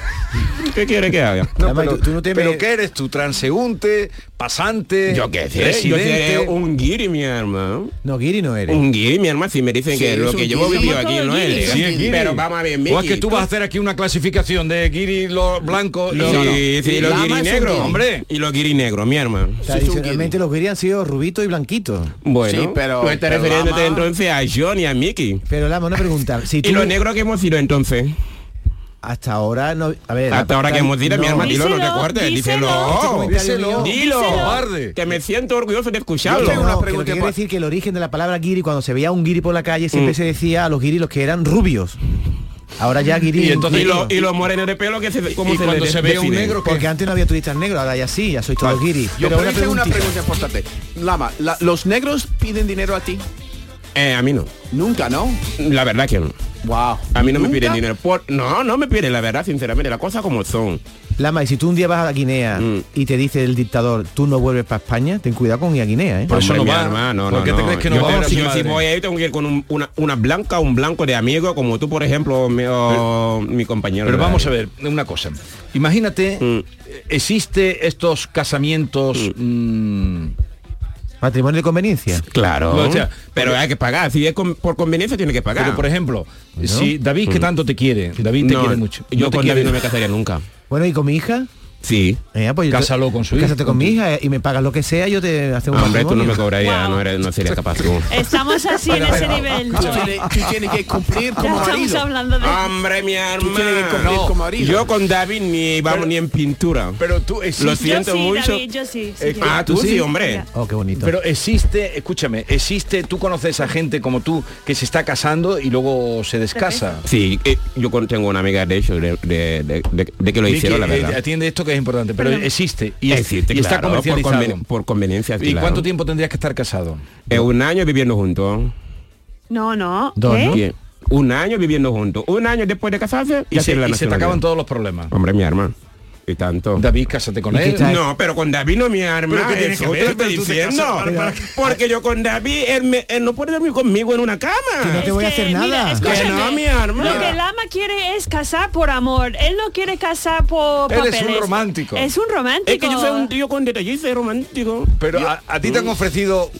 ¿Qué quiere que haga? Además, tú- tú no te pero me- ¿qué eres tú? ¿Transeúnte? ¿Pasante? Yo qué sé, yo residente? seré un guiri, mi hermano. No, Guiri no eres. Un guiri, mi hermano, si me dicen Sí, que lo es que un llevo guiri. vivido Somos aquí todos no es guiris. Sí, es legal. guiri. Pero vamos a ver, O es Miki, que tú vas a hacer aquí una clasificación de guiri, los blancos y Y, no, no. sí, sí, los Lama guiri es un negros, guiri. hombre. Y los guiri negros, mi hermano. Tradicionalmente los Guiri han sido rubitos y blanquitos. Bueno, Pues Sí, pero- tú estás pero refiriéndote Lama- entonces a John y a Mickey. Pero Lama, una pregunta. Si ¿Y tú los negros que hemos sido entonces? hasta ahora no. A ver. Hasta Ah, ahora que hemos ido, mi hermano, dilo, no te Díselo, cortes, díselo. Este díselo. comentario mío- Díselo, cobarde. que me siento orgulloso Yo de escucharlo. tengo una pregunta pregunta. Quiero pa- decir que el origen de la palabra guiri, cuando se veía un guiri por la calle, siempre Mm. se decía a los guiris los que eran rubios. Ahora ya guiri. Y entonces- Y, lo- y los morenos de pelo que se, ¿cómo Y se cuando les se ve un define? negro- Porque antes no había turistas negros, ahora ya sí, ya sois todos guiris. Yo Pero pero hice una preguntita. pregunta importante. Lama, la- ¿los negros piden dinero a ti? Eh, a mí no. Nunca, ¿no? La verdad que no. Wow. A mí no me ¿Nunca? piden dinero. Por, no, no me piden, la verdad, sinceramente, las cosas como son. Lama, y si tú un día vas a Guinea Mm. y te dice el dictador, tú no vuelves para España, ten cuidado con ir a Guinea, ¿eh? Por eso Hombre, no mi va. hermano, ¿Por no, qué te crees que no yo va a tengo- ver a su yo si madre? voy ahí tengo que ir con un- una, una blanca o un blanco de amigo, como tú, por ejemplo, mi, o mi compañero. Pero de Mm. vamos a radio. ver, una cosa. Imagínate, Mm. eh, existe estos casamientos. mm, Matrimonio de conveniencia. Claro. No, o sea, pero porque- hay que pagar. Si es con- por conveniencia, tiene que pagar. Mm. Pero por ejemplo, si David que tanto te quiere, David te No, quiere mucho. Yo no te con quiere, David no me casaría nunca. Bueno, ¿y con mi hija? Sí. Eh, pues yo te- Cásalo con su hija, Cásate con con mi tu- hija eh, y me pagas lo que sea, yo te hacemos un Hombre, tú no me matrimonio. cobrarías, Wow. no, eres- no sería capaz tú. Estamos así en ese nivel. Tú tienes, tú tienes que cumplir Ya como estamos marido. hablando de... Hombre, mi Tú tienes que hermano. cumplir como marido. Yo con David ni vamos ni en pintura. Pero tú Lo existe, Yo siento sí, mucho. David, yo sí. sí Eh, quiero. ah, tú sí, hombre. Ya. Oh, qué bonito. pero existe, escúchame, existe, tú conoces a gente como tú que se está casando y luego se descasa. Sí, eh, yo con- tengo una amiga de hecho de, de- de- de- de que lo Vicky, hicieron, la eh, verdad. atiende esto que es importante, pero Perdón. existe y, es- Existe, y está claro, por comercializado. conven- por conveniencia, ¿Y claro. cuánto tiempo tendrías que estar casado? Eh, un año viviendo juntos. No, no. Dos, ¿qué? ¿no? Bien. Un año viviendo juntos. Un año después de casarse Y, se, hacer la y se te acaban nacionalidad. todos los problemas. Hombre, mi hermano. Y tanto. David, cásate con ¿Y qué él. tal? No, pero con David no mi arma. ¿Pero qué tiene eso que ver? te estoy Pero tú te diciendo. casas para- para- Porque yo con David, él, me- él no puede dormir conmigo en una no cama. te voy a Es que, hacer Eh, mira, nada. escúchame, Que no, mi hermana. Lo que Lama quiere es casar por amor. Él no quiere casar por Él es un papeles. romántico. Es un romántico. Es que yo soy un tío con detallista y romántico. Pero a, a ti te han ofrecido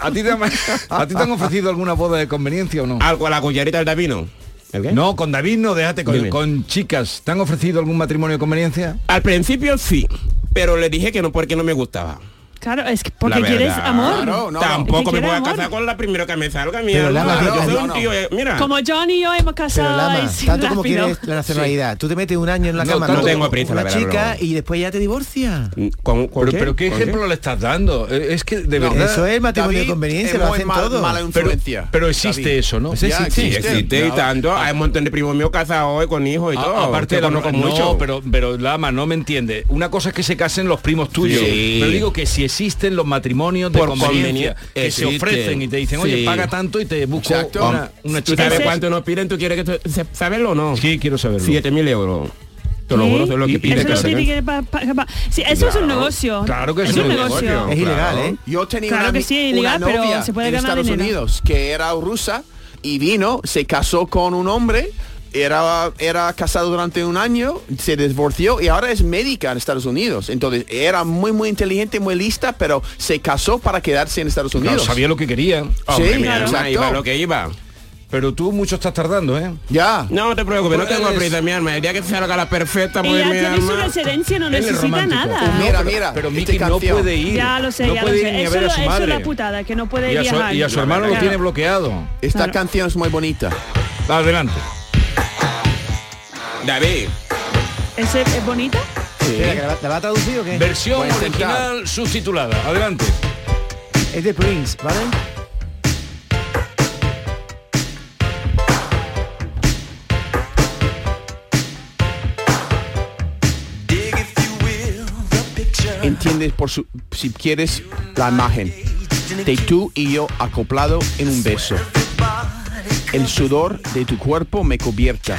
a ti te, han- a ti te han ofrecido alguna boda de conveniencia o no? Algo a la collarita del Davino. ¿El qué? No, con David no, déjate con, Dime. con chicas. ¿Te han ofrecido algún matrimonio de conveniencia? Al principio sí, pero le dije que no porque no me gustaba. Claro, es que La porque verdad. quieres amor. Claro, no, Es que Tampoco me quiere voy a amor. casar con la primera que me salga, mi Pero Lama, hermano. no, Yo soy no, un no. tío, eh, mira. Como John y yo hemos casado Pero Lama, así tanto como rápido. quieres la nacionalidad, tú te metes un año en la No, cama no con- tengo con prisa, una la verdad, Mm. chica no. y después ya te divorcias. ¿Con- con Pero, pero ¿qué ¿Con ejemplo le estás dando? Eh, Es que de No, verdad. Eso es matrimonio de conveniencia, es lo muy hacen mal- todos. Mala pero, influencia. pero existe David. eso, ¿no? Ese Ya existe. Sí, existe y Ya. tanto. Hay un montón de primos míos casados hoy con hijos y todo. A- aparte Te de la conozco no, mucho. pero pero Lama no me entiende. Una cosa es que se casen los primos tuyos, Sí. pero digo que si existen los matrimonios de Por conveniencia conveni- que se existen. ofrecen y te dicen, "Oye, Sí. paga tanto y te busco Exacto. una, una ¿Tú chica." sabes Ese- cuánto nos piden? ¿Tú quieres que tú, se- saberlo o no? Sí, quiero saberlo. 7.000 euros. Te lo juro, eso es lo ¿Y- y que pide. Eso que lo se- tiene que... pa- pa- pa- Sí, eso es un negocio. claro que es un negocio. Es Claro. ilegal, ¿eh? Yo tenía Claro una, que ami- sí, una ilegal, pero novia se puede en ganar Estados dinero. Unidos que era rusa y vino, se casó con un hombre, era, era casado durante un año, se divorció y ahora es médica en Estados Unidos. Entonces era muy, muy inteligente, muy lista, pero se casó para quedarse en Estados Claro, Unidos. sabía lo que quería. Sí, mira, exacto. iba lo que iba. Pero tú mucho estás tardando, ¿eh? Ya. No, no te preocupes, no Pues tengo eres- prisa, mi alma. El día que se haga la perfecta, Y pues ya mi tiene su alma. residencia, no Él es necesita romántico. nada. Mira, pero- mira, Pero este Mickey no canción. puede ir. Ya lo sé, no ya lo puede ir sé. ni a Eso, ver a lo- su eso es madre. la putada, que no puede y a su, viajar. y a su hermano lo Claro. tiene bloqueado. Esta Claro. canción es muy bonita. Adelante. David, ¿Ese es bonita? Espera, ¿que ¿La, la va a traducir o qué? Versión Voy a intentar. original subtitulada. Adelante. es de Prince, ¿vale? Entiendes por su, si quieres la imagen de tú y yo acoplado en un beso. El sudor de tu cuerpo me cubierta.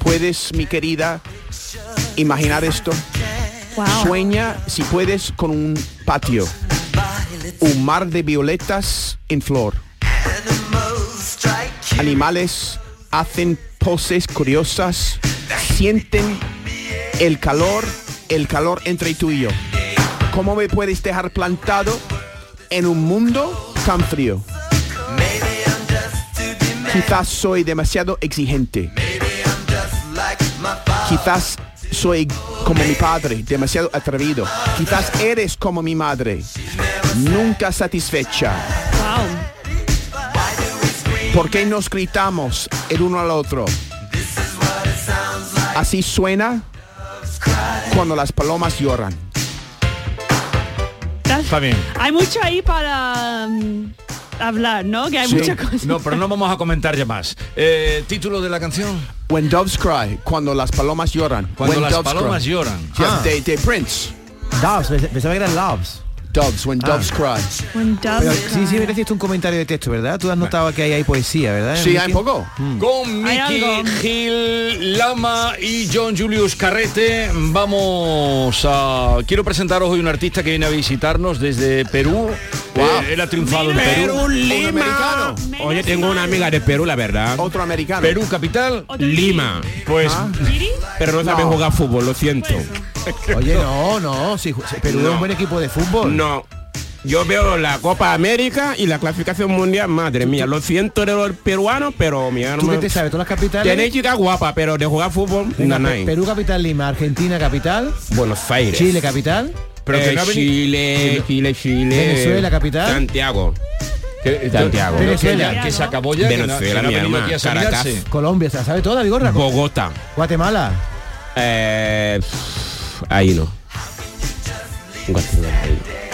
¿Puedes, mi querida, imaginar esto? Wow. Sueña, si puedes, con un patio. Un mar de violetas en flor. Animales hacen poses curiosas. Sienten el calor, el calor entre tú y yo. ¿Cómo me puedes dejar plantado en un mundo tan frío? Quizás soy demasiado exigente. Quizás soy como mi padre, demasiado atrevido. Quizás eres como mi madre, nunca satisfecha. wow. ¿Por qué nos gritamos el uno al otro? Así suena cuando las palomas lloran. Está bien. Hay mucho ahí para mm, hablar, ¿no? Que hay Sí. muchas cosas. No, pero no vamos a comentar ya más. Eh, Título de la canción. When doves cry, cuando las palomas lloran. Cuando When las doves palomas cry. lloran. Ah. Yeah, Ah. de, de Prince. Doves, pens- Ah, pensaba que eran Loves. Doves, when doves cry. When doves Pero cry. sí, sí, me hiciste un comentario de texto, ¿verdad? Tú has notado que ahí hay poesía, ¿verdad? Sí, hay Enrique? Mm. poco. Con Hay Mickey algo. Gil Lama y John Julius Carrete vamos a... Quiero presentaros hoy un artista que viene a visitarnos desde Perú. Eh, él ha triunfado en Perú. Perú Lima. americano. Oye, tengo una amiga de Perú, la verdad. Otro americano. Perú capital. Otro Lima. Pues Ah. Giri. Pero no sabe No. jugar fútbol, lo siento. Oye, no, no, sí, ju- sí, Perú es No. un buen equipo de fútbol. No. Yo veo la Copa América y la clasificación mundial, madre mía, lo siento de los peruanos, pero mi ¿Tú qué hermano. te sabes? ¿Todas las capitales? Tenéis chica guapa, pero de jugar fútbol, Venga, nanay. Pe- Perú capital, Lima, Argentina capital, Buenos Aires. Chile capital. Pero Eh, que no ha venido- Chile, Chile, Chile. Venezuela, capital. Santiago. que- Santiago. que- Venezuela. que ya- que se acabó ya. que no- Venezuela, que no ha mi venido alma, aquí a Caracas. saludarse. Colombia, ¿se la sabe toda, Vigorra? Bogotá. Guatemala. Eh, pff, ahí no. Guatemala, ahí no.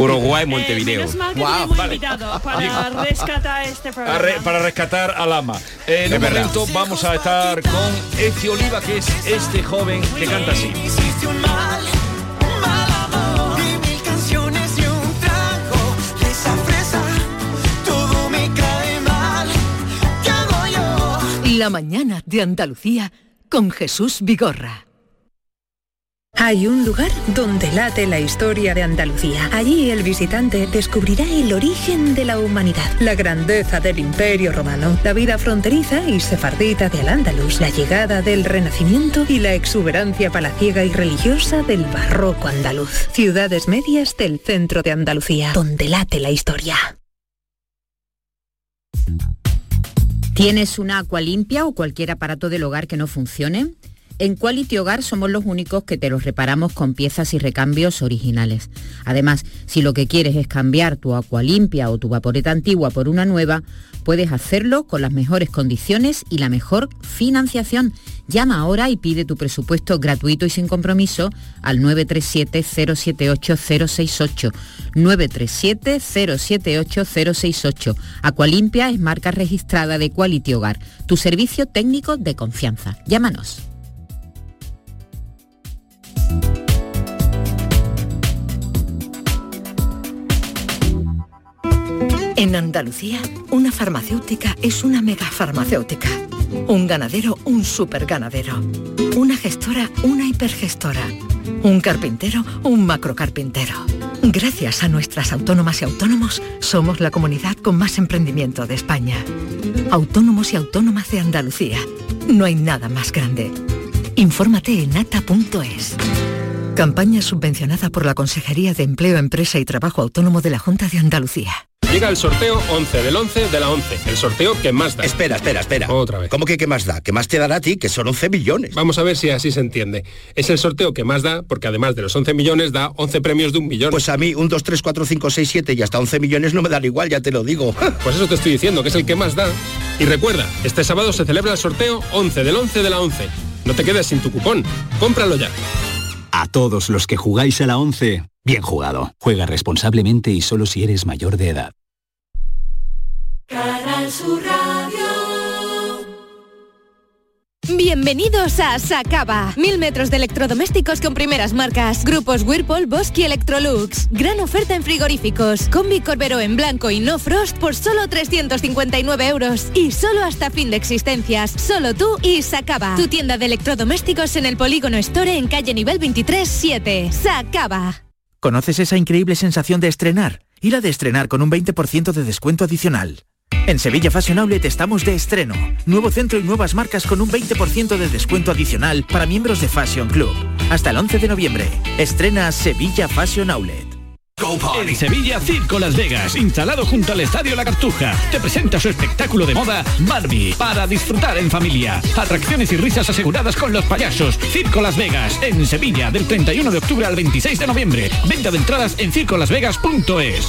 Uruguay, Eh, Montevideo. menos mal que Guau, tenemos vale. invitado para rescatar este A programa. re- para rescatar a Lama. Eh, en un verdad. momento vamos a estar con Ezio Oliva, que es este joven que canta así. Hiciste un mal, un mal amor De mil canciones y un trago De esa fresa, todo me cae mal ¿Qué hago yo? La mañana de Andalucía con Jesús Vigorra. Hay un lugar donde late la historia de Andalucía. Allí el visitante descubrirá el origen de la humanidad, la grandeza del imperio romano, la vida fronteriza y sefardita del Andaluz, la llegada del Renacimiento y la exuberancia palaciega y religiosa del barroco andaluz. Ciudades medias del centro de Andalucía, donde late la historia. ¿Tienes una agua limpia o cualquier aparato del hogar que no funcione? En Quality Hogar somos los únicos que te los reparamos con piezas y recambios originales. Además, si lo que quieres es cambiar tu agua limpia o tu vaporeta antigua por una nueva, puedes hacerlo con las mejores condiciones y la mejor financiación. Llama ahora y pide tu presupuesto gratuito y sin compromiso al 937-078-068. 937-078-068. Acualimpia es marca registrada de Quality Hogar, tu servicio técnico de confianza. Llámanos. En Andalucía, una farmacéutica es una megafarmacéutica. Un ganadero, un superganadero. Una gestora, una hipergestora. Un carpintero, un macrocarpintero. Gracias a nuestras autónomas y autónomos, somos la comunidad con más emprendimiento de España. Autónomos y autónomas de Andalucía. No hay nada más grande. Infórmate en ata.es. Campaña subvencionada por la Consejería de Empleo, Empresa y Trabajo Autónomo de la Junta de Andalucía. Llega el sorteo 11 del 11 de la 11. El sorteo que más da. Espera, espera, espera. Otra vez. ¿Cómo que qué más da? ¿Qué más te dará a ti? Que son 11 millones. Vamos a ver si así se entiende. Es el sorteo que más da porque además de los 11 millones da 11 premios de un millón. Pues a mí, un 2, 3, 4, 5, 6, 7 y hasta 11 millones no me dan igual, ya te lo digo. Pues eso te estoy diciendo, que es el que más da. Y recuerda, este sábado se celebra el sorteo 11 del 11 de la 11. No te quedes sin tu cupón. Cómpralo ya. A todos los que jugáis a la 11, bien jugado. Juega responsablemente y solo si eres mayor de edad. Canal Sur Radio. Bienvenidos a Sacaba. Mil metros de electrodomésticos con primeras marcas. Grupos Whirlpool, Bosch y Electrolux. Gran oferta en frigoríficos. Combi Corbero en blanco y no frost por solo 359 euros. Y solo hasta fin de existencias. Solo tú y Sacaba. Tu tienda de electrodomésticos en el Polígono Store en calle nivel 23 7. Sacaba. ¿Conoces esa increíble sensación de estrenar? Y la de estrenar con un 20% de descuento adicional. En Sevilla Fashion Outlet estamos de estreno. Nuevo centro y nuevas marcas con un 20% de descuento adicional para miembros de Fashion Club. Hasta el 11 de noviembre. Estrena Sevilla Fashion Outlet. En Sevilla, Circo Las Vegas, instalado junto al Estadio La Cartuja, te presenta su espectáculo de moda Barbie, para disfrutar en familia. Atracciones y risas aseguradas con los payasos. Circo Las Vegas, en Sevilla, del 31 de octubre al 26 de noviembre. Venta de entradas en circolasvegas.es.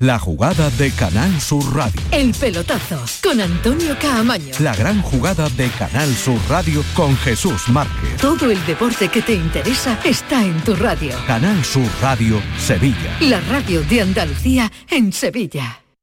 La jugada de Canal Sur Radio. El pelotazo con Antonio Caamaño. La gran jugada de Canal Sur Radio con Jesús Márquez. Todo el deporte que te interesa está en tu radio. Canal Sur Radio Sevilla. La radio de Andalucía en Sevilla.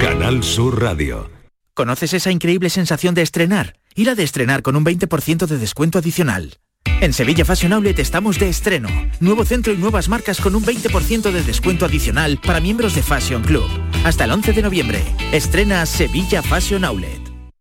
Canal Sur Radio. ¿Conoces esa increíble sensación de estrenar? Y la de estrenar con un 20% de descuento adicional. En Sevilla Fashion Outlet estamos de estreno. Nuevo centro y nuevas marcas con un 20% de descuento adicional para miembros de Fashion Club. Hasta el 11 de noviembre. Estrena Sevilla Fashion Outlet.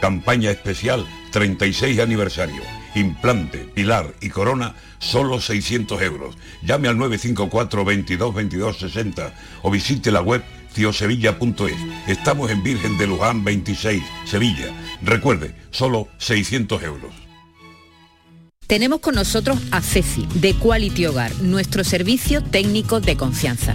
campaña especial 36 aniversario Implante, pilar y corona, solo 600 euros. Llame al 954 22 22 60 o visite la web ciosevilla.es. Estamos en Virgen de Luján 26, Sevilla. Recuerde, solo 600 euros. Tenemos con nosotros a Ceci, de Quality Hogar, nuestro servicio técnico de confianza.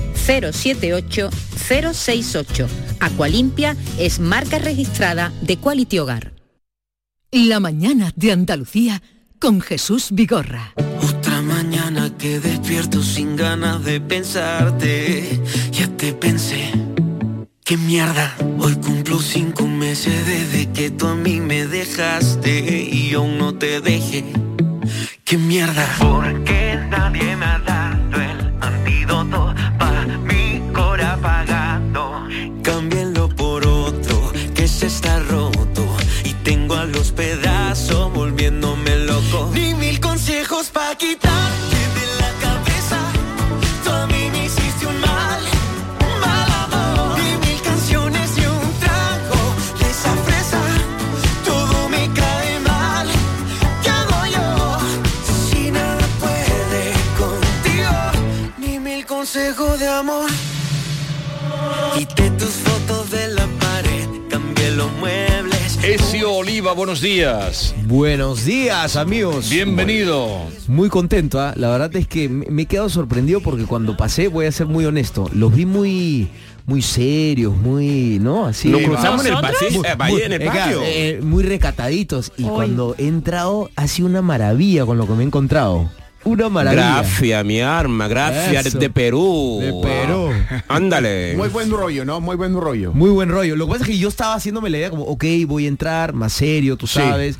078 068. Aqualimpia es marca registrada de Quality Hogar. La mañana de Andalucía con Jesús Vigorra. Otra mañana que despierto sin ganas de pensarte. Ya te pensé. ¡Qué mierda! Hoy cumplo cinco meses desde que tú a mí me dejaste y aún no te dejé. ¡Qué mierda! Porque nadie me ha dado el antídoto para mi cor apagado. Cámbienlo por otro que se está roto y tengo a los pedazos volviéndome loco. Ni mil consejos para quitarte de la cabeza. Tú a mí me hiciste un mal, un mal amor. Ni mil canciones y un trago de esa fresa. Todo me cae mal. ¿Qué hago yo? Si nada puede contigo. Ni mil consejos de amor. Quité tus fotos de la pared, cambié los muebles. Ezio Oliva, buenos días. Buenos días, amigos. Bienvenido. Muy contento, ¿ah? la verdad es que me me he quedado sorprendido porque cuando pasé, voy a ser muy honesto, los vi muy muy serios, muy, ¿no? Así. Nos cruzamos en el ¿Nosotros? pasillo, Muy- eh, ahí muy- en el eh, claro, patio. eh, muy recataditos y cuando he entrado ha sido una maravilla con lo que me he encontrado. Una maravilla. Grafia, mi arma, grafia Eso. de Perú. De Perú. Ándale. Muy buen rollo, ¿no? Muy buen rollo. Muy buen rollo. Lo que pasa es que yo estaba haciéndome la idea como, ok, voy a entrar, más serio, tú Sí. sabes.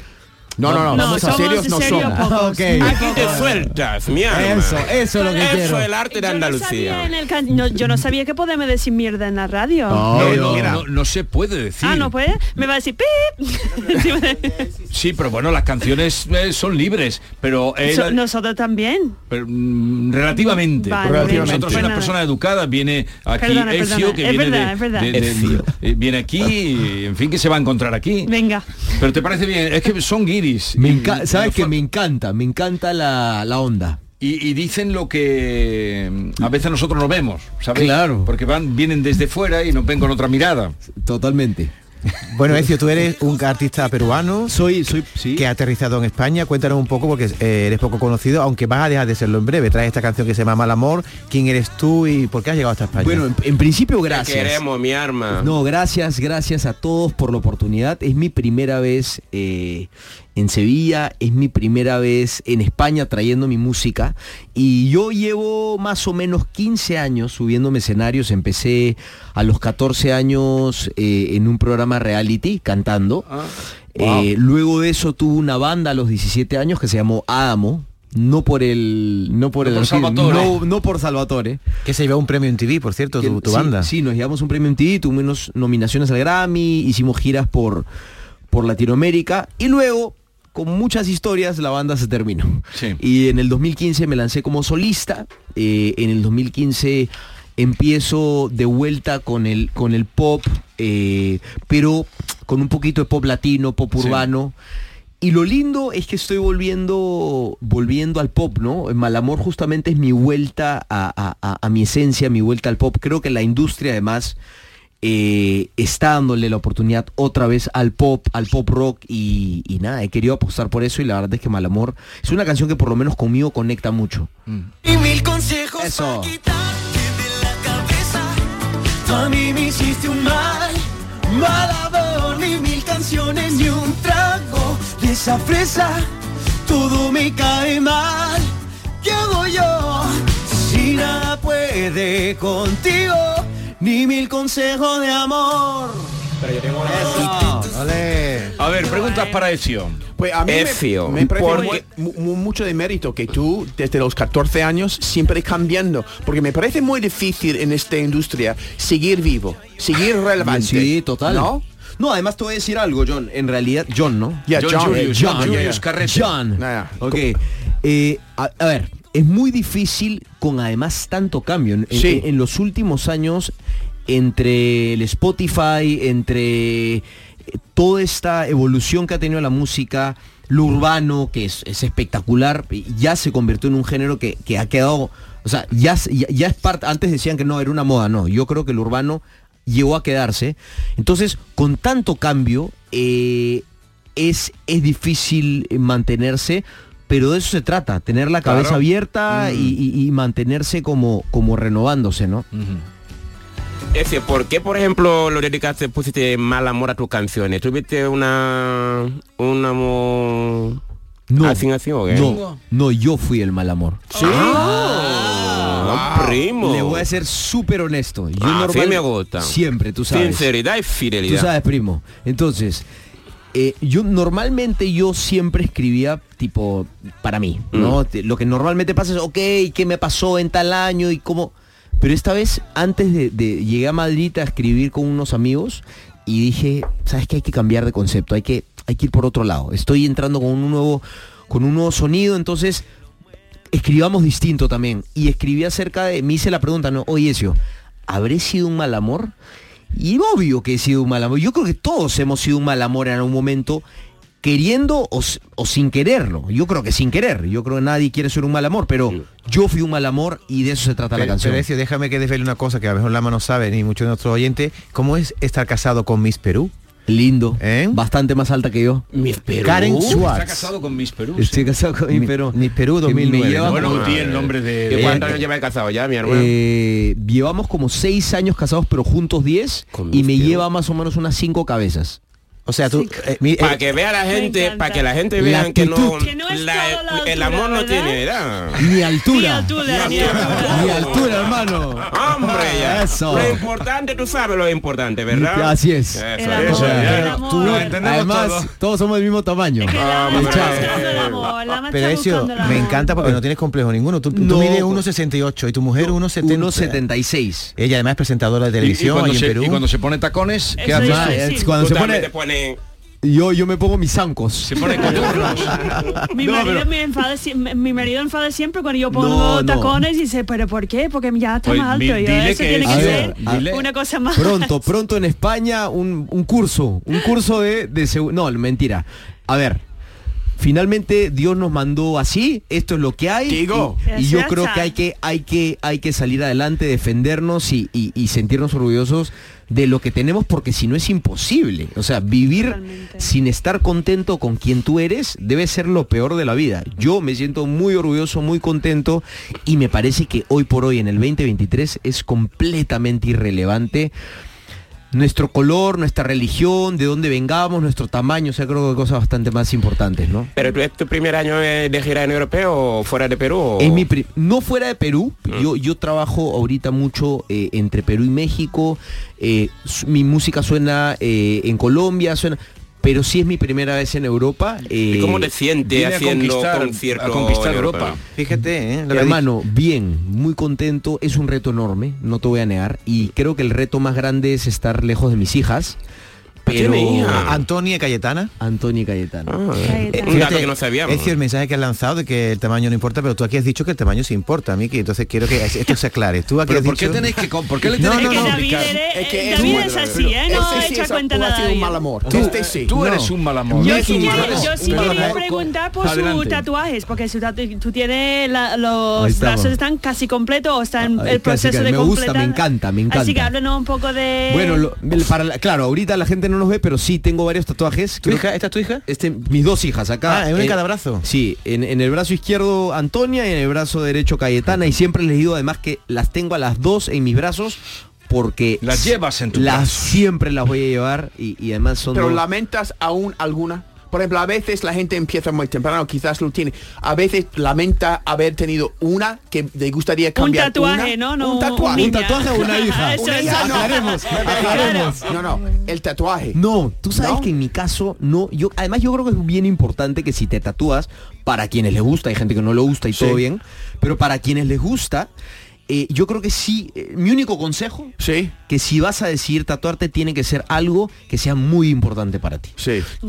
No, no, no, No, vamos a somos serios no serios somos. pocos. Ah, ok. Aquí te sueltas, mi arma. Eso, eso es lo que Eso quiero. es el arte de sabía Andalucía. en el can- no, yo no sabía que podemos decir mierda en la radio. No, no, no, no se puede decir. Ah, no puede. Me va a decir pip. Sí, me- Sí, pero bueno, las canciones eh, son libres, pero, eh, So- la- nosotros también. pero, mm, relativamente. Vale, porque Relativamente. Nosotros somos una perdona. persona educada, viene aquí Perdona, Ezio, perdona. que Es viene verdad, de- es verdad. de- de- Ezio. eh, viene aquí, y, en fin, que se va a encontrar aquí. Venga. Pero te parece bien, es que son guiris. Me enca- sabes que me encanta, me encanta la, la onda. Y, y dicen lo que mm, a veces nosotros no vemos, ¿sabes? Claro. Porque van, vienen desde fuera y nos ven con otra mirada. Totalmente. Bueno, Ezio, tú eres un artista peruano. Soy, soy, sí. Que ha aterrizado en España. Cuéntanos un poco porque eh, eres poco conocido, aunque vas a dejar de serlo en breve. Traes esta canción que se llama Mal Amor. ¿Quién eres tú y por qué has llegado hasta España? Bueno, en, en principio Te gracias. queremos, mi Ah. arma. No, gracias, gracias a todos por la oportunidad. Es mi primera vez eh, en Sevilla, es mi primera vez en España trayendo mi música. Y yo llevo más o menos 15 años subiéndome escenarios. Empecé a los 14 años eh, en un programa reality cantando. Eh, luego de eso tuve una banda a los 17 años que se llamó Adamo. No por el. No por No el. por artista, Salvatore. no- no por Salvatore. Que se llevó un premio en TV, por cierto, tu, Que- tu sí, banda. Sí, nos llevamos un premio MTV, tuvimos unas nominaciones al Grammy, hicimos giras por, por Latinoamérica y luego, con muchas historias, la banda se terminó. Y en el 2015 me lancé como solista, eh, en el 2015... empiezo de vuelta con el, con el pop, eh, pero con un poquito de pop latino, pop urbano. Y lo lindo es que estoy volviendo, volviendo al pop, ¿no? Malamor justamente es mi vuelta a, a- a- a mi esencia, mi vuelta al pop. Creo que la industria además eh, está dándole la oportunidad otra vez al pop, al pop rock y, y nada, he querido apostar por eso y la verdad es que Malamor es una canción que por lo menos conmigo conecta mucho. Y mil consejos para quitarte de la cabeza. Tú a mí me hiciste un mal, mal amor. Ni mil canciones ni un trago de esa fresa. Todo me cae mal. ¿Qué hago yo? Si nada puede contigo, ni mil consejos de amor. Pero yo tengo A ver, preguntas para Ezio. Pues a mí me- Efio. me, parece Porque- muy- mu- mucho de mérito que tú desde los 14 años siempre cambiando, porque me parece muy difícil en esta industria seguir vivo, seguir relevante. Sí, total. ¿No? No, además te voy a decir algo, John. En realidad, John, ¿no? Yeah, John John, Julius, John, John Julius John. Carrete. John. Ok. Eh, a, a ver, es muy difícil con además tanto cambio. En, en- Sí. en los últimos años, entre el Spotify, entre eh, toda esta evolución que ha tenido la música, lo urbano, que es, es espectacular, y ya se convirtió en un género que, que ha quedado. O sea, ya, es- ya, ya es parte. Antes decían que no era una moda, no. Yo creo que el urbano llegó a quedarse. Entonces, con tanto cambio, eh, es, es difícil eh, mantenerse, pero de eso se trata, tener la cabeza Claro. abierta y, y- y mantenerse como, como renovándose, ¿no? Ese, ¿por qué, por ejemplo, lo dedicaste, pusiste mal amor a tus canciones? ¿Tuviste una... un amor... No, así, así, o qué? No, no, yo fui el mal amor. Sí. Ah, primo. Le voy a ser súper honesto. Yo Ah, normal- sí me gusta. Siempre, tú sabes. Sinceridad y fidelidad. Tú sabes, primo. Entonces, eh, yo normalmente yo siempre escribía tipo para mí, ¿no? Te- Lo que normalmente pasa es, ok, ¿qué me pasó en tal año y cómo? Pero esta vez, antes de, de- llegué a Madrid a escribir con unos amigos y dije, ¿sabes qué? Hay que cambiar de concepto, hay que, hay que ir por otro lado. Estoy entrando con un nuevo, con un nuevo sonido, entonces escribamos distinto también. Y escribí acerca de, me hice la pregunta, ¿no? Oye, Ezio, ¿habré sido un mal amor? Y obvio que he sido un mal amor. Yo creo que todos hemos sido un mal amor en algún momento, queriendo o, s- o sin quererlo. Yo creo que sin querer. Yo creo que nadie quiere ser un mal amor, pero yo fui un mal amor y de eso se trata Pero, la canción. pero, Ezio, déjame que desvele una cosa que a lo mejor Lama no sabe, ni muchos de nuestros oyentes. ¿Cómo es estar casado con Miss Perú? ¿Eh? Lindo. Bastante más alta que yo. Miss Perú. Karen Está Schwartz. casado con Miss Perú. Estoy casado con mi Perú. Mi Perú 2009. Bueno, no tiene el nombre de... ¿Y cuántos años llevas casado ya, mi hermano? Eh, llevamos como seis años casados, pero juntos 10 y me lleva más o menos unas cinco cabezas. O sea, tú... para que vea la gente, para que la gente eh, La vea que no, actitud. la- el amor no tiene edad. Ni altura. Ni altura. Ni altura, hermano. Hombre, ya. Eso. Lo importante, tú sabes lo importante, Mm, ¿verdad? Así es. Eso, Eso, eso, ya. ya. Tú- además, todos somos del mismo tamaño. Ah, Hombre. Pero Ezio, me encanta porque no tienes complejo ninguno. Tú, tú No, mides pues- 1,68 y tu mujer 1,70. 1,76. Ella además es presentadora de Y- y, televisión cuando ahí en se, Perú. y cuando se pone tacones, ¿qué haces? Ah, tú? es cuando se pone, yo, yo me pongo mis zancos. Se pone Mi, No, marido pero- me enfada, sie- me- mi marido enfada siempre cuando yo pongo No, no. tacones y dice, ¿pero por qué? Porque ya está Oye, más alto. mi- Y yo, dile eso que tiene es- que A ser ver, a- dile- una cosa más. Pronto, pronto en España un, un curso, un curso de, de segu- No, mentira. A ver, finalmente Dios nos mandó así, esto es lo que hay. Digo. y, y yo creo que hay que, hay que, hay que salir adelante, defendernos y, y- y sentirnos orgullosos de lo que tenemos porque si no es imposible. O sea, vivir sin estar contento con quien tú eres debe ser lo peor de la vida. Yo me siento muy orgulloso, muy contento y me parece que hoy por hoy en el 2023 es completamente irrelevante nuestro color, nuestra religión, de dónde vengamos, nuestro tamaño, o sea, creo que cosas bastante más importantes, ¿no? Pero tú es tu primer año eh, de gira en europeo o fuera de Perú. Eh. o- Es mi pri- no fuera de Perú, Ah. yo, yo trabajo ahorita mucho eh, entre Perú y México, eh, su- mi música suena eh, en Colombia, suena... Pero sí es mi primera vez en Europa. ¿Y eh, cómo te sientes vine a haciendo conquistar- concierto? a conquistar en Europa. Fíjate, ¿eh? Lo que Hermano, bien, muy contento. Es un reto enorme, no te voy a negar. Y creo que el reto más grande es estar lejos de mis hijas. tiene, hija? Antonia Cayetana. Antonia Cayetana. Un dato que no sabíamos. Es decir, el mensaje que has lanzado de que el tamaño no importa, pero tú aquí has dicho que el tamaño sí importa, Miki. Entonces quiero que esto se aclare. Tú aquí Pero has ¿por qué dicho- tenéis que com- por qué le No, tenéis no, que no. complicar? Es que David muy- es así, ¿eh? Ese No sí he hecho es- cuenta tú has nada sido de un ello. mal amor. Tú- Este sí. tú eres un mal amor. Yo Eres sí, un mal quiero, amor. yo sí Perdón, quería ¿eh? preguntar por Adelante. sus tatuajes, porque su tatu- tú tienes la- Ahí los estamos. brazos están casi completos o están en Ay, el casi, proceso casi. de Me gusta, completar. me encanta, me Así que encanta. háblanos un poco de... Bueno, lo- el- para la- claro, ahorita la gente no nos ve, pero sí tengo varios tatuajes. ¿Tu hija? ¿Esta es tu hija? Este, mis dos hijas Ah, acá. ¿es una en Eh, cada brazo? Sí, en, en el brazo izquierdo Antonia y en el brazo derecho Cayetana. Y siempre les digo además que las tengo a las dos en mis brazos porque... Las llevas en tu Las brazo. siempre las voy a llevar y, y además son... Pero dos- lamentas aún alguna. Por ejemplo, a veces la gente empieza muy temprano, quizás lo tiene. A veces lamenta haber tenido una que le gustaría cambiar. tatuaje, una- ¿no? No, Un tatuaje. un niño. Un tatuaje o una hija. Eso, Una hija, eso. no. Aclaremos, aclaremos. No, no, el tatuaje. No, tú sabes que en mi caso no, yo además yo creo que es bien importante que si te tatúas, para quienes les gusta, hay gente que no le gusta y todo bien, pero para quienes les gusta, eh, yo creo que sí, eh, mi único consejo, sí. que si vas a decidir tatuarte tiene que ser algo que sea muy importante para ti.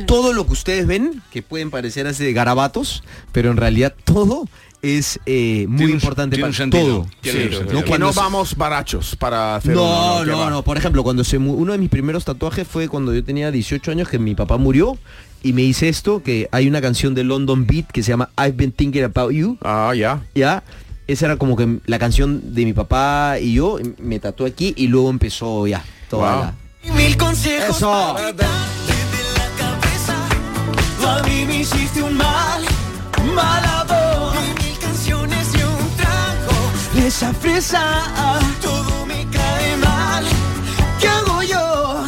Todo lo que ustedes ven, que pueden parecer así de garabatos, pero en realidad todo es eh, muy importante tiene para un sentido, todo. tiene Sí, un sentido. ¿no? Que Cuando no se- vamos barachos para hacer uno, no, que no, va. no. Por ejemplo, cuando se mu- uno de mis primeros tatuajes fue cuando yo tenía 18 años que mi papá murió y me hice esto, que hay una canción de London Beat que se llama I've Been Thinking About You. Ah, ya. Ya. Esa era como que la canción de mi papá y yo, y me tatué aquí y luego empezó ya toda Wow. la- Mil consejos Eso. para darte de la cabeza. Tú a mí me hiciste un mal, mal amor. Mil canciones y un trago. Fresa, fresa. Todo me cae mal. ¿Qué hago yo?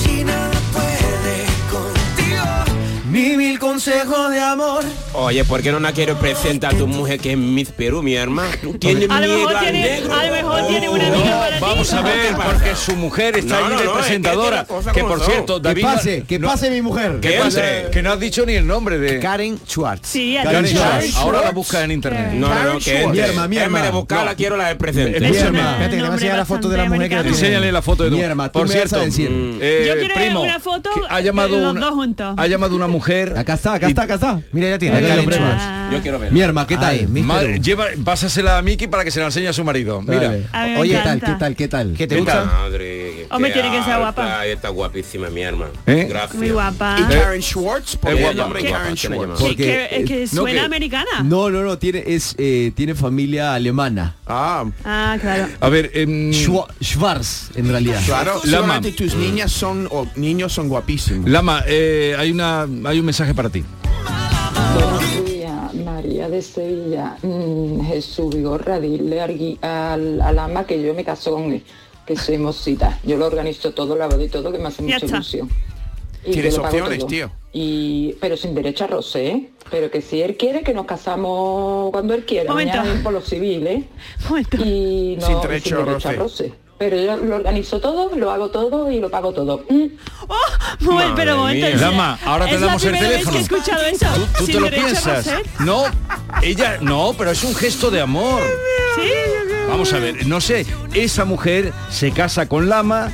Si nada puede contigo. Ni mil consejos de amor. Oye, ¿por qué no la quiero presentar a tu mujer que es Miss Perú, mi hermano? Tú tienes ¿eh? A lo miedo mejor al tiene- negro. a lo mejor tiene una amiga para ti. Vamos a ver, porque su mujer está No, ahí no, de no, es que presentadora. tiene las cosas que como por son. cierto, Que David. pase, que pase mi mujer. Que Que pase, entre. Que no has dicho ni el nombre de. Karen Schwartz. Sí, Karen Karen Schwartz. Schwartz. Ahora la busca en internet. No, no, no, que entre. En vez de buscarla, quiero la del presente. Escúchame. Espérate, que le vas a enseñar la foto de la mujer que la tiene. Enséñale la foto de tu Mi hermana, tú Por me cierto, vas a decir. mm, eh, Yo quiero primo, una foto que ha de llamado los una, dos juntos. ha llamado una mujer. Acá está, acá está, acá está. Mira, ya tiene, Karen Schwartz. Yo quiero ver. Mi hermana, ¿qué tal? Madre, lleva, pásasela a Miki para que se la enseñe a su marido. Mira. A mí me Oye, ¿qué tal, encanta. qué tal, qué tal? ¿Qué Esta tal? madre, Hombre, qué tiene que ser alta, guapa. Está guapísima, mi hermana. ¿Eh? Gracias. Muy guapa. Y Karen Schwartz, ¿por Es qué el guapa, nombre es guapa, Karen se la Schwartz? llama. Sí, que, Porque, es que eh, no, suena que- americana. No, no, no, tiene, es, eh, tiene familia alemana. Ah, Ah, claro. A ver, em, Schwarz, en realidad. claro, Lama. solamente tus niñas son, o niños son guapísimos. Lama, eh, hay una hay un mensaje para ti. Buenos días, María de Sevilla. Mm, Jesús Vigorra, dile al, gui- al, al ama que yo me caso con él, que soy mosita. Yo lo organizo todo, la boda y todo, que me hace Ya mucha está. ilusión. Tienes yo lo pago opciones, todo. tío. Y, pero sin derecho a roce, ¿eh? Pero que si él quiere, que nos casamos cuando él quiera. Momento. Mañana voy por los civiles. ¿eh? Y no, Sin y derecho a roce. Pero yo lo organizo todo, lo hago todo y lo pago todo. Mm. Bueno, pero un momento. es- Lama, ahora te es la damos el primera vez que teléfono. he escuchado eso. Tú, tú Sin te lo derecho a piensas. conocer. No, ella no, pero es un gesto de amor. Sí. Vamos a ver, no sé, esa mujer se casa con Lama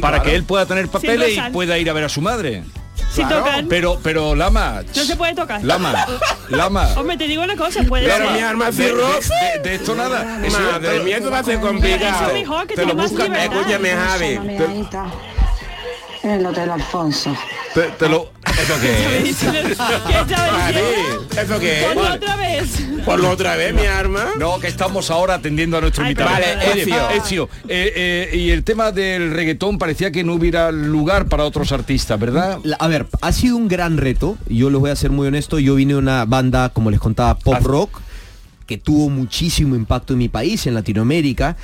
para claro. que él pueda tener papeles y rozar. pueda ir a ver a su madre. Si tocan. Pero, pero Lama, No se puede tocar. Lama, Lama. Hombre, te digo una cosa, puede Lama, ser. de, de- de- de esto nada. Eso- Madre mía, esto va a ser complicado. Eso es mejor, que Te lo tiene más buscas, libertad. escúchame, Javi. Te- En el Hotel Alfonso. Te, te lo... ¿Eso qué es? Javi, ¿Eso qué es? Ponlo otra vez. Ponlo otra vez, mi arma. No, que estamos ahora atendiendo a nuestro Ay, invitado. perdón, Vale, Oye, Ezio. Ezio, eh, eh, y el tema del reggaetón parecía que no hubiera lugar para otros artistas, ¿verdad? La- a ver, ha sido un gran reto. Yo les voy a ser muy honesto. Yo vine de una banda, como les contaba, pop rock, que tuvo muchísimo impacto en mi país, en Latinoamérica.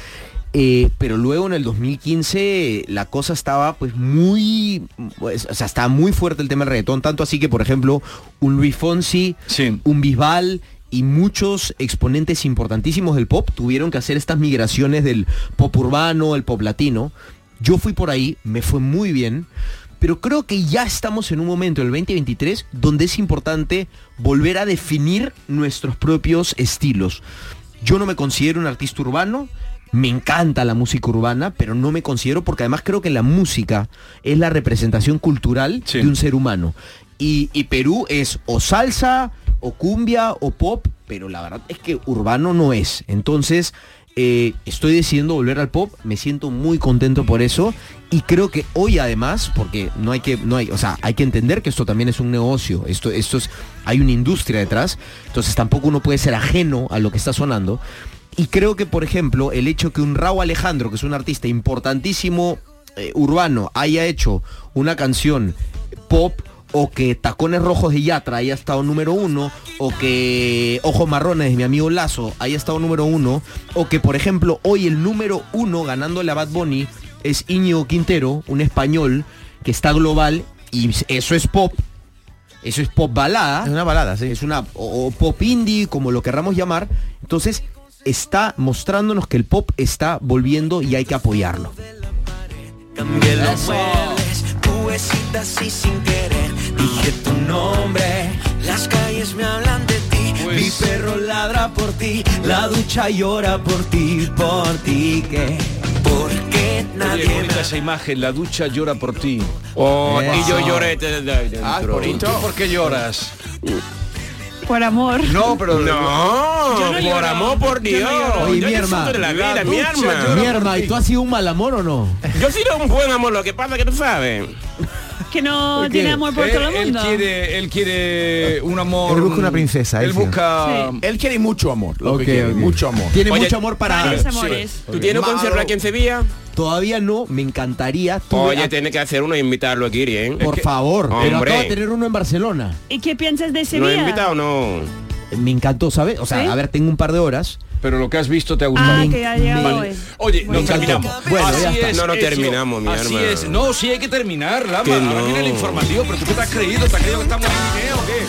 Eh, pero luego en el 2015 la cosa estaba pues muy, pues, o sea, estaba muy fuerte el tema del reggaetón, tanto así que por ejemplo un Luis Fonsi, un Bisbal y muchos exponentes importantísimos del pop tuvieron que hacer estas migraciones del pop urbano, el pop latino. Yo fui por ahí, me fue muy bien, pero creo que ya estamos en un momento, el 2023, donde es importante volver a definir nuestros propios estilos. Yo no me considero un artista urbano, Me encanta la música urbana, pero no me considero porque además creo que la música es la representación cultural de un ser humano. Y, y Perú es o salsa, o cumbia, o pop, pero la verdad es que urbano no es. Entonces, eh, estoy decidiendo volver al pop, me siento muy contento por eso y creo que hoy además, porque no hay que, no hay, o sea, hay que entender que esto también es un negocio, esto, esto es, hay una industria detrás, entonces tampoco uno puede ser ajeno a lo que está sonando. Y creo que, por ejemplo, el hecho que un Raúl Alejandro, que es un artista importantísimo eh, urbano, haya hecho una canción pop o que Tacones Rojos de Yatra haya estado número uno, o que Ojos Marrones de mi amigo Lazo haya estado número uno, o que por ejemplo hoy el número uno ganando la Bad Bunny es Íñigo Quintero, un español que está global y eso es pop. Eso es pop balada. Es una balada, sí. Es una o, o pop indie, como lo querramos llamar. Entonces, está mostrándonos que el pop está volviendo y hay que apoyarlo. Cambié los muebles, cubecitas así sin querer. Dije tu nombre, las calles me hablan de ti. Mi perro ladra por ti, la ducha llora por ti, por ti que. Porque Oye, qué nadie bonita esa imagen, la ducha llora por ti. Eh, Oh, Eso. y yo lloré. de- de- de- Ah, dentro. ¿y tú por qué lloras? Por amor. No, pero No, Yo no por lloro. amor, por Yo no Dios. lloro. Yo mi disfruto hermana. de la vida, mi alma. Mi hermana, ¿y tú has sido un mal amor o no? Yo he sido un buen amor, lo que pasa que tú sabes. Que no tiene amor por él, todo el él mundo. quiere, Eh, él quiere un amor. Él busca una princesa, Él eso. busca. Él quiere mucho amor. Lo que Ok, quiere, ok. mucho amor. Tiene mucho amor para varios amores. ¿Tú tienes un concierto aquí en Sevilla? Todavía no, me encantaría. Tuve- Oye, tiene que hacer uno e invitarlo a Kiri, ¿eh? por favor, pero Hombre. acabo de tener uno en Barcelona. ¿Y qué piensas de ¿Lo he Sevilla? invitado o no? Me encantó, ¿sabes? O sea, ¿Sí? a ver, tengo un par de horas. Pero lo que has visto te ha Ah, que ya ha llegado hoy. Oye, no terminamos. Bueno, Así ya está. es, No, no Ezio. terminamos, mi Así hermano. es. No, sí hay que terminar, Lama. Que Ahora no. viene el informativo, pero tú qué te has creído, te has creído que estamos en Guinea o qué.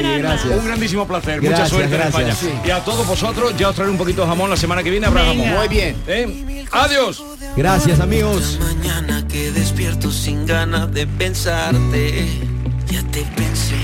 Oye, gracias. Un grandísimo placer, mucha Gracias, suerte en gracias. España. Y a todos vosotros, ya os traeré un poquito de jamón la semana que viene, habrá Venga. jamón. Muy bien. ¿Eh? Adiós. Gracias, amigos. Mañana que despierto sin ganas de pensarte. Ya te pensé.